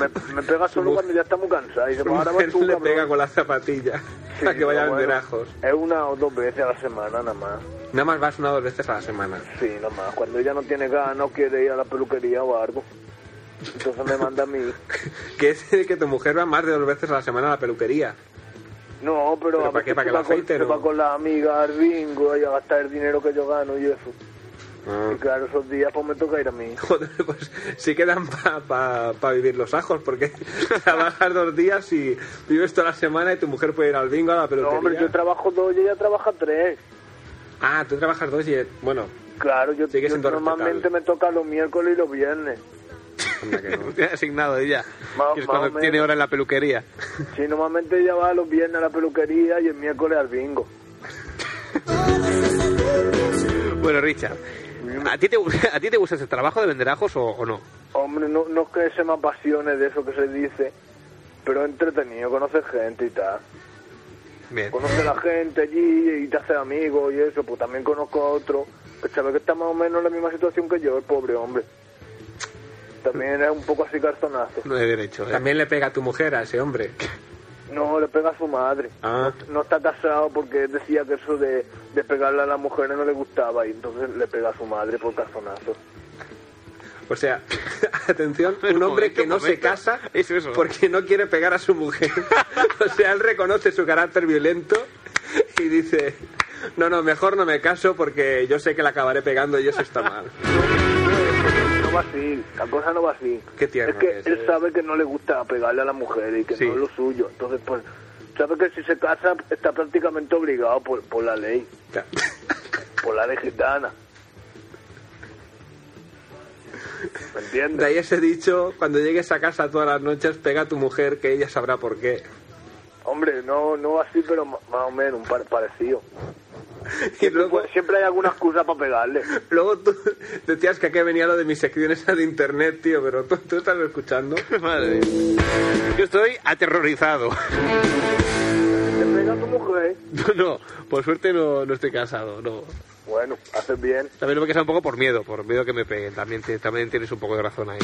O: Me, me pega solo cuando ya está muy cansada. Y dice,
C: Su
O: "Pues ahora vas
C: mujer
O: tú,
C: le
O: cabrón".
C: pega con la zapatilla
O: Sí,
C: para que vaya a
O: pero
C: vender
O: bueno,
C: ajos.
O: Es una o dos veces a la semana nada más.
C: Nada más vas una o dos veces a la semana.
O: Sí, nada más. Cuando ella no tiene ganas no quiere ir a la peluquería o algo. Entonces me manda a mí.
C: Que es (laughs) que tu mujer va más de dos veces a la semana a la peluquería. (laughs)
O: No, pero,
C: ¿Pero
O: a
C: para qué?
O: veces
C: ¿Para que
O: se
C: la
O: va con-
C: afeite,
O: se
C: no?
O: va con las amigas al bingo y a gastar el dinero que yo gano y eso.
C: Ah.
O: Y claro, esos días pues me toca ir a mí.
C: Joder, pues sí quedan para vivir los ajos, porque (laughs) trabajas dos días y vives toda la semana y tu mujer puede ir al bingo, a la
O: No,
C: peluquería.
O: hombre, yo trabajo dos y ella trabaja tres.
C: Ah, tú trabajas dos y... Bueno,
O: Claro, yo,
C: Sigue
O: yo
C: siendo
O: normalmente me toca los miércoles y los viernes.
C: anda que no.
G: Te ha asignado ella.
O: Más-
G: que es
O: más o
G: cuando
O: menos.
G: tiene hora en la peluquería.
O: Sí, normalmente ella va los viernes a la peluquería y el miércoles al bingo.
G: Bueno, Richard, ¿a ti te,
C: (laughs)
G: gu- a ti te gusta ese trabajo de vender ajos o, o no?
O: Hombre, no, no es que se me apasione de eso que se dice, pero es entretenido, conoces gente y tal.
G: Bien.
O: Conoce la gente allí y te hace amigos y eso, pues también conozco a otro que sabe que está más o menos en la misma situación que yo, el pobre hombre. También es un poco así cartonazo.
G: No hay derecho. ¿eh?
C: También le pega a tu mujer a ese hombre.
O: No, le pega a su madre.
C: Ah,
O: No está casado porque decía que eso de, de pegarle a las mujeres no le gustaba y entonces le pega a su madre por cartonazo.
C: o sea, (laughs) atención, un hombre que no se
G: momento.
C: casa
G: Eso, eso.
C: porque no quiere pegar a su mujer. (laughs) O sea, él reconoce su carácter violento y dice, no, no, mejor no me caso porque yo sé que la acabaré pegando y eso está mal.
O: No va así, la cosa no va así.
C: Qué tierno
O: es que
C: que es,
O: él
C: eh.
O: sabe que no le gusta pegarle a las mujeres y que
G: Sí.
O: no es lo suyo. Entonces, pues, sabe que si se casa está prácticamente obligado por, por la ley, por la ley gitana. ¿Me
C: De
O: entiendes?
C: ahí ese dicho, cuando llegues a casa todas las noches, pega a tu mujer que ella sabrá por qué.
O: Hombre, no no así, pero ma- más o menos, un par parecido.
C: (laughs) Y luego,
O: Pues siempre hay alguna excusa para pegarle.
C: luego tú decías que aquí venía lo de mis secciones de internet, tío, pero tú, tú estás escuchando.
G: Madre. Yo estoy aterrorizado.
O: Te pega a tu mujer.
G: No, (laughs) no, por suerte no, no estoy casado, no.
O: Bueno, haces bien.
G: También me he casado un poco por miedo, por miedo que me peguen. También, te- también tienes un poco de razón ahí.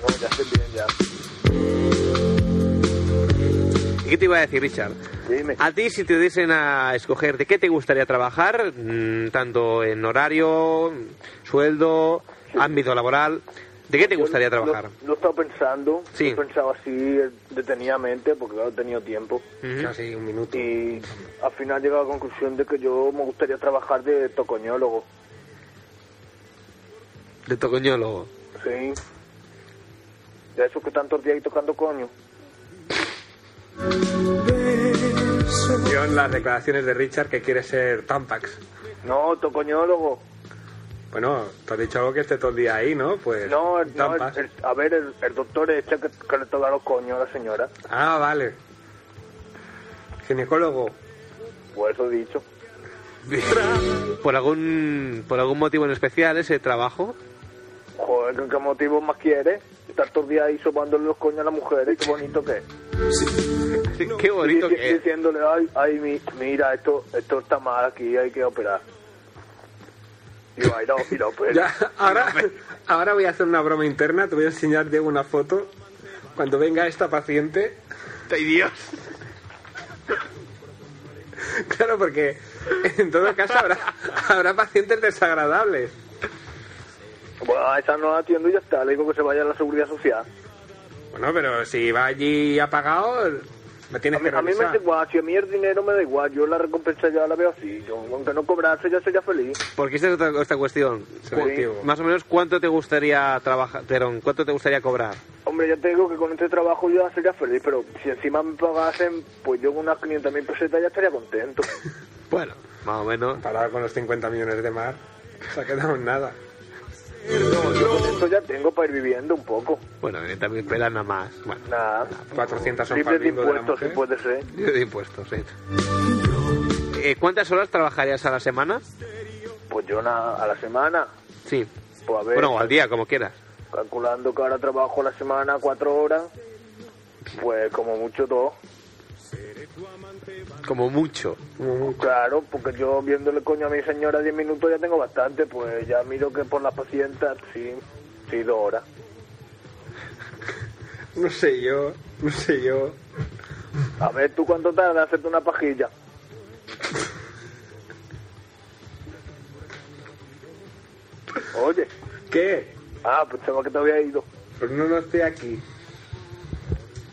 O: No, ya haces bien, ya.
G: ¿Y qué te iba a decir, Richard?
O: Dime.
G: A ti, si te diesen a escoger de qué te gustaría trabajar, mm, tanto en horario, sueldo, ámbito laboral, ¿de qué te gustaría
O: Yo lo-
G: trabajar?
O: Lo, lo he estado pensando,
G: Sí.
O: lo he pensado así eh, detenidamente, porque claro, he tenido tiempo.
C: Casi un minuto.
O: Y al final he llegado a la conclusión de que yo me gustaría trabajar de tocoñólogo.
G: De tocoñólogo.
O: Sí. De esos que tantos días ahí tocando coño.
C: Atención, las declaraciones de Richard que quiere ser Tampax.
O: No, tocoñólogo.
C: Bueno, te has dicho algo que esté todo el día ahí, ¿no? Pues
O: No, el- no,
C: tampas.
O: el- el- a ver, el, el doctor este que, que le toca los coños a la señora.
C: Ah, vale. Ginecólogo.
O: Pues eso dicho.
A: ¿Por algún, por algún motivo en especial ese trabajo?
O: Joder, ¿qué- ¿qué motivo más quieres? Estar todo el día ahí sopándole los coños a las mujeres, qué bonito que es.
A: Qué bonito
O: Dici-
A: que es.
O: Diciéndole, ay, ay, mi- mira, esto, esto está mal aquí, hay que operar. Digo, ay, no, y no, pues. (laughs)
C: Ya, ahora, ahora voy a hacer una broma interna, te voy a enseñar Diego una foto. Cuando venga esta paciente.
A: ¡Ay Dios!
C: (laughs) Claro, porque en todo caso habrá, habrá pacientes desagradables.
O: Bueno, a esa no la atiendo y ya está, le digo que se vaya a la seguridad social.
C: Bueno, pero si va allí apagado, me tienes
O: A mí,
C: que
O: a mí me da
C: revisar.
O: igual, si a mí el dinero me da igual, yo la recompensa ya la veo así. Yo, aunque no cobrase, ya sería feliz.
A: Porque esta es otra, otra cuestión.
O: Selectivo.
A: Más o menos, ¿cuánto te gustaría trabajar, Terón? ¿Cuánto te gustaría cobrar?
O: Hombre, ya te digo que con este trabajo yo ya sería feliz, pero si encima me pagasen, pues yo con unas 500.000 pesetas ya estaría contento.
A: Bueno, más o menos.
C: Comparado con los 50 millones de mar, se ha quedado en nada.
O: Yo con esto ya tengo para ir viviendo un poco.
A: Bueno, eh, también pelan nada más. Bueno, (laughs)
O: Nada.
C: 400 son para
O: Libre
C: el
O: de
C: bingo de la
O: impuestos, si
C: mujer.
O: puede ser.
A: de impuestos, sí. Eh, ¿Cuántas horas trabajarías a la semana?
O: Pues yo na- a la semana,
A: Sí.
O: pues a ver,
A: Bueno, o al día, como quieras.
O: calculando que ahora trabajo a la semana cuatro horas, pues como mucho dos.
A: Como mucho.
O: Claro, porque yo viéndole coño a mi señora 10 minutos ya tengo bastante, pues ya miro que por las pacientes sí, sí, dos horas.
C: No sé yo, no sé yo.
O: A ver, ¿tú cuánto tardas en hacerte una pajilla? Oye.
C: ¿Qué?
O: Ah, pues chaval que te había ido.
C: Pues no, no estoy aquí.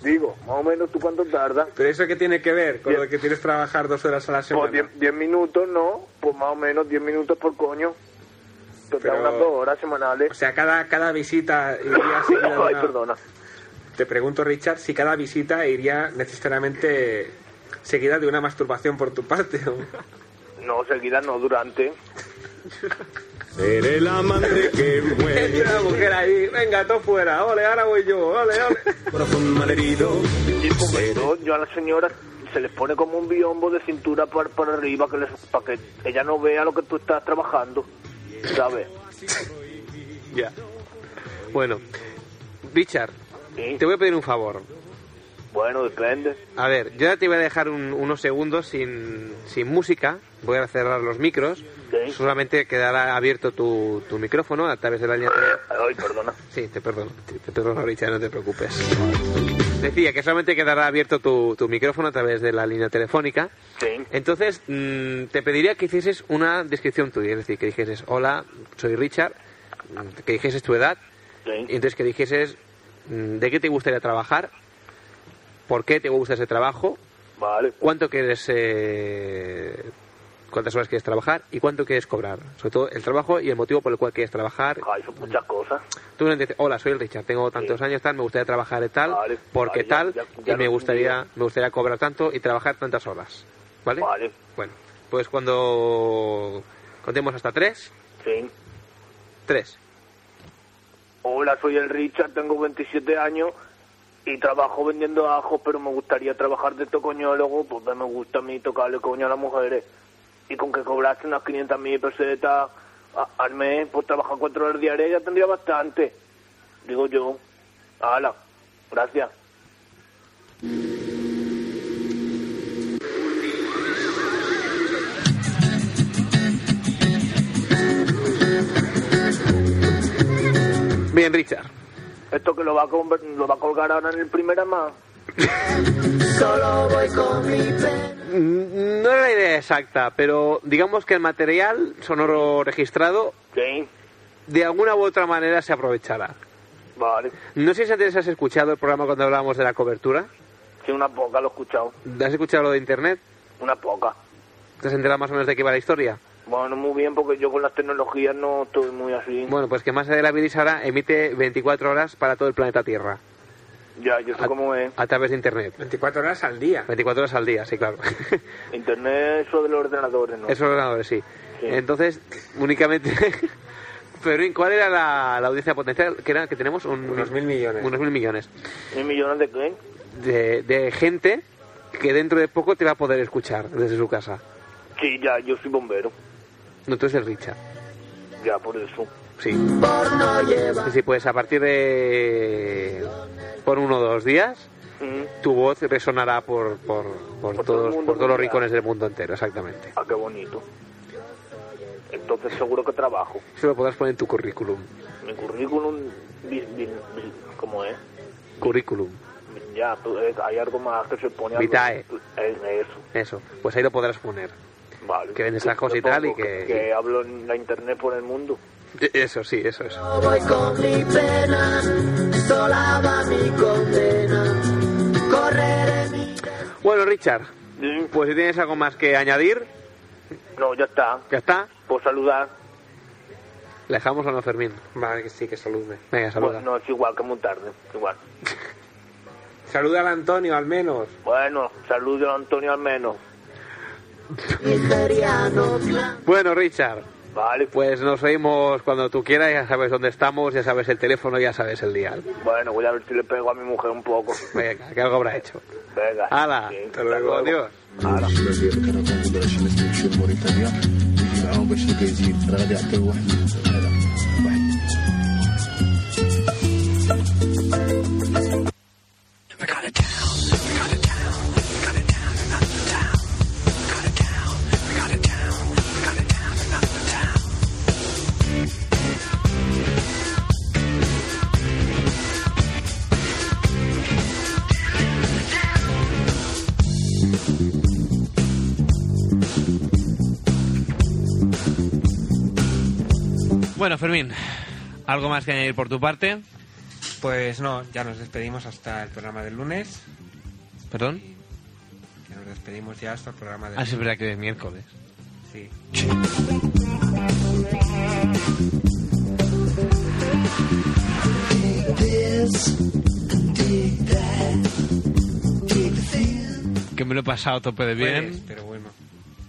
O: Digo, más o menos, ¿tú cuánto tardas?
C: ¿Pero eso qué tiene que ver con lo que tienes que trabajar dos horas a la
O: Pues
C: semana?
O: 10 minutos, ¿no? Pues más o menos 10 minutos por coño. Total,
C: Pero- Pues,
O: unas dos horas semanales.
C: O sea, cada, cada visita
O: (laughs)
C: iría seguida de
O: Ay,
C: una-
O: perdona.
C: Te pregunto, Richard, si cada visita iría necesariamente seguida de una masturbación por tu parte. o-
O: No, seguida no, durante.
C: Seré el amante que muere. una mujer ahí, venga, todo fuera, ole, ahora voy yo, ole, ole.
O: Corazón malherido. Y como yo, yo a la señora se les pone como un biombo de cintura para, para arriba que les, para que ella no vea lo que tú estás trabajando, ¿sabes?
A: Ya. Bueno, Richard, te voy a pedir un favor.
O: Bueno, depende.
A: A ver, yo ya te voy a dejar un- unos segundos sin, sin música. Voy a cerrar los micros. Solamente quedará abierto tu, tu micrófono a través de la línea telefónica.
O: Ay, perdona.
A: Sí, te perdono. Te, te perdono, Richard, no te preocupes. Decía que solamente quedará abierto tu, tu micrófono a través de la línea telefónica.
O: Sí.
A: Entonces, mm, te pediría que hicieses una descripción tuya. Es decir, que dijeses, hola, soy Richard. mm, Que dijeses tu edad. Y entonces que dijeses mm, de qué te gustaría trabajar, por qué te gusta ese trabajo,
O: vale.
A: cuánto quieres, eh, cuántas horas quieres trabajar y cuánto quieres cobrar. Sobre todo el trabajo y el motivo por el cual quieres trabajar.
O: Ay, son muchas cosas.
A: Tú no dices, hola, soy el Richard, tengo tantos años, tal, me gustaría trabajar de tal, porque
O: vale, ya-
A: tal,
O: ya- ya
A: y me
O: lo
A: gustaría, me gustaría cobrar tanto y trabajar tantas horas. ¿Vale?
O: Vale.
A: Bueno, pues cuando contemos hasta tres,
O: Sí.
A: tres.
O: Hola, soy el Richard, tengo 27 años y trabajo vendiendo ajos, pero me gustaría trabajar de tocoñólogo porque me gusta a mí tocarle coño a las mujeres. Y con que cobrase unas 500.000 pesetas a- al mes por trabajar cuatro horas diarias ya tendría bastante. Digo yo. Hala, gracias.
A: Bien, Richard.
O: Esto que lo va a, conver- lo va a colgar ahora en el primer más.
P: Solo voy con mi
A: Mm, No era la idea exacta, pero digamos que el material sonoro registrado de alguna u otra manera se aprovechará.
O: Vale.
A: No sé si antes has escuchado el programa cuando hablábamos de la cobertura.
O: Sí, una poca, lo he escuchado.
A: ¿Has escuchado lo de Internet?
O: Una poca.
A: ¿Te has enterado más o menos de qué va la historia?
O: Bueno, muy bien, porque yo con las tecnologías no estoy muy así.
A: Bueno, pues que más allá de la Bilis ahora emite 24 horas para todo el planeta Tierra
O: Ya, yo sé cómo es.
A: a través de Internet.
C: 24 horas al día.
A: 24 horas al día, sí, claro. (laughs)
O: Internet, eso de los ordenadores, ¿no?
A: Esos ordenadores, sí. Entonces, únicamente (laughs)
G: Pero ¿cuál era la, la audiencia potencial? Que era que tenemos Un-
C: Unos mil millones.
G: unos mil millones
O: ¿Mil millones de qué?
G: de, de gente que dentro de poco te va a poder escuchar desde su casa.
O: Sí, ya, yo soy bombero.
G: No, tú eres el Richard.
O: Ya, por eso.
G: Sí. Sí, sí, pues a partir de. por uno o dos días, tu voz resonará por, por, por todos,
O: mundo
G: por todos los
O: mundial.
G: rincones del mundo entero, exactamente.
O: Ah, qué bonito. Entonces seguro que trabajo.
G: Eso lo podrás poner en tu currículum.
O: Mi currículum... vi- vi- vi- ¿Cómo es?
G: Currículum,
O: Ya, tú, eh, hay algo más que se pone...
G: Vitae.
O: En eso,
G: eso. Pues ahí lo podrás poner.
O: vale.
G: Que vendes ajos y tal y que-
O: Que hablo en la internet por el mundo.
G: E- Eso, sí, eso es.
E: voy con mi pena, sola va mi condena. Correré mi.
G: Bueno, Richard, pues si tienes algo más que añadir,
O: No, ya está.
G: ya está.
O: Por saludar.
G: Le dejamos a Don Fermín.
C: Vale, que sí, que salude.
G: Venga, saluda.
O: Pues No, es igual que muy tarde. Igual.
C: (laughs) Saluda al Antonio, al menos.
O: Bueno, saludo a Antonio al menos.
G: Bueno, Richard.
O: Vale.
G: Pues nos oímos cuando tú quieras, ya sabes dónde estamos, ya sabes el teléfono, ya sabes el día.
O: Bueno, voy a ver si le pego a mi mujer un poco.
G: Venga, que algo habrá hecho.
O: Venga.
G: Hala,
O: Sí,
G: hasta luego, adiós.
A: Bueno, Fermín, ¿algo más que añadir por tu parte?
C: Pues no, ya nos despedimos hasta el programa del lunes.
A: ¿Perdón?
C: Ya nos despedimos ya hasta el programa del
A: Ah, sí, es verdad que es miércoles.
C: Sí.
A: Que me lo he pasado a tope de
C: Jueves,
A: bien.
C: Pues, pero bueno.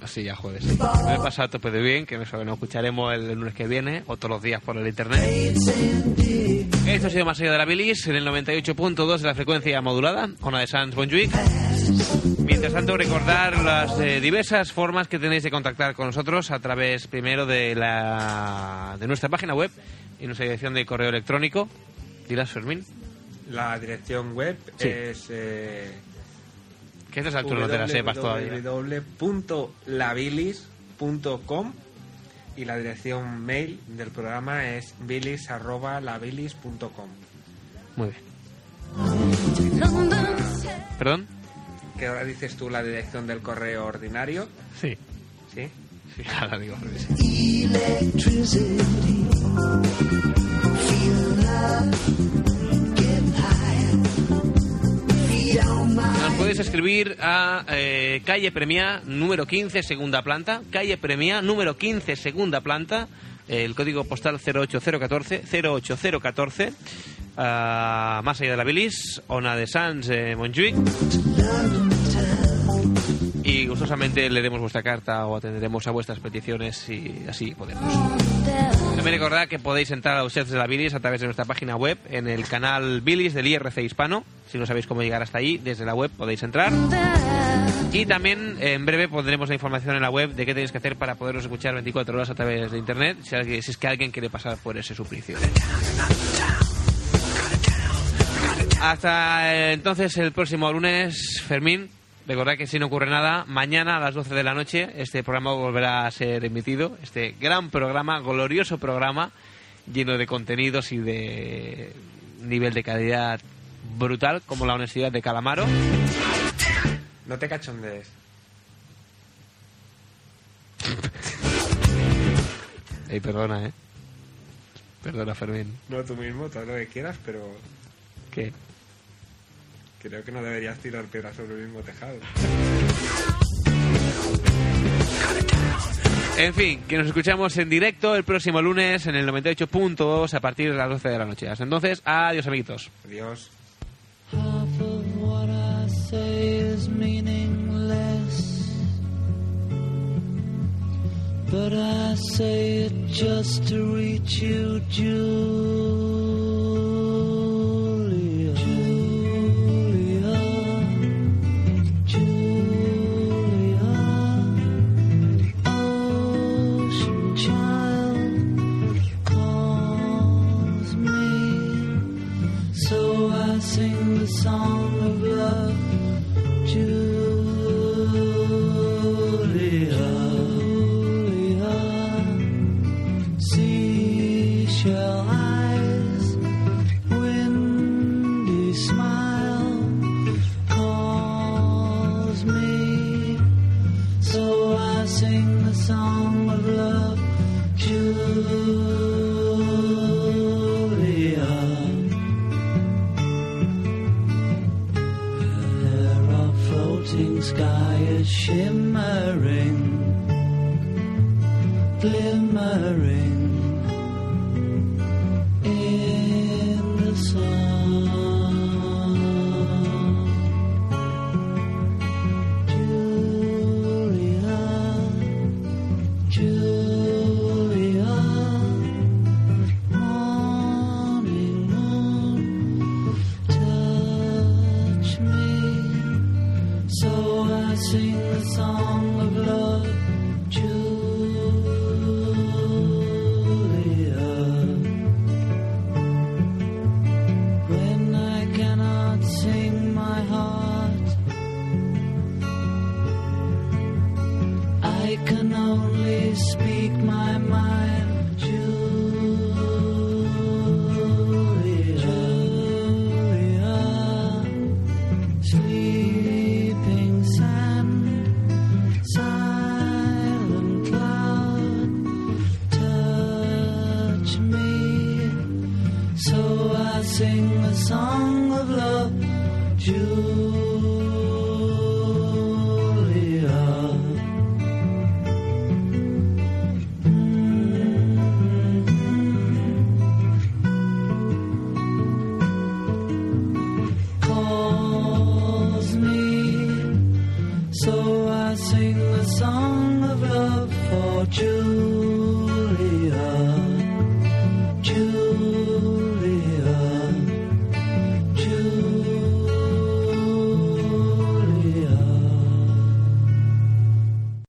A: Sí, ya jueves. sí. Me lo he pasado a tope de bien, que eso que nos escucharemos el lunes que viene o todos los días por el internet. Esto ha sido Más allá de la bilis en el 98.2 de la frecuencia modulada, Ona de Sans Bonjuic. Mientras tanto, recordar las eh, diversas formas que tenéis de contactar con nosotros a través primero de la de nuestra página web y nuestra dirección de correo electrónico. Dirás, Fermín,
C: La dirección web
A: Sí.
C: es... Eh,
A: que a estas alturas no te las sepas todavía.
C: www.labilis.com y la dirección mail del programa es bilis.labilis.com.
A: Muy bien. ¿Perdón?
C: Que ahora dices tú la dirección del correo ordinario,
A: Sí.
C: ¿sí?
A: Sí, (laughs) ahora digo. Nos podéis escribir a eh, calle Premia número 15, segunda planta. Calle Premia número 15, segunda planta. Eh, El código postal 08014, 08014. ah, más allá de la bilis, Ona de Sans, eh, Montjuic. Y gustosamente leeremos vuestra carta o atenderemos a vuestras peticiones y así podemos. También recordad que podéis entrar a los chefs de la bilis a través de nuestra página web en el canal bilis del IRC hispano. Si no sabéis cómo llegar hasta ahí, desde la web podéis entrar. Y también eh, en breve pondremos la información en la web de qué tenéis que hacer para poderos escuchar 24 horas a través de internet si, alguien- si es que alguien quiere pasar por ese suplicio. Hasta eh, entonces, el próximo lunes, Fermín. Recordad que si no ocurre nada, mañana a las 12 de la noche este programa volverá a ser emitido. Este gran programa, glorioso programa, lleno de contenidos y de nivel de calidad brutal, como la honestidad de Calamaro.
C: No te cachondees.
A: Ey, perdona, ¿eh? Perdona, Fermín.
C: No tú mismo, todo lo que quieras, pero
A: ¿Qué?
C: creo que no deberías tirar piedras sobre el mismo tejado.
A: En fin, que nos escuchamos en directo el próximo lunes en el 98.2 a partir de las 12 de la noche. Hasta entonces, adiós, amiguitos.
C: Adiós.
E: Half of what I say is meaningless. But I say it just to reach you, Julia. Julia. Julia. Ocean child calls me. So I sing the song of love. Julia, seashell eyes, windy smile calls me. So I sing the song of love, Julia. There our floating sky is shimmering, glimmering in the sun. Julia, Julia, morning moon, touch me. So I sing the song of love, Julia. When I cannot sing my heart, I can only speak my mind, Julia. Sleeping sand, silent cloud, touch me. So I sing the song of love, Julia. calls me. So I sing the song of love for Julia.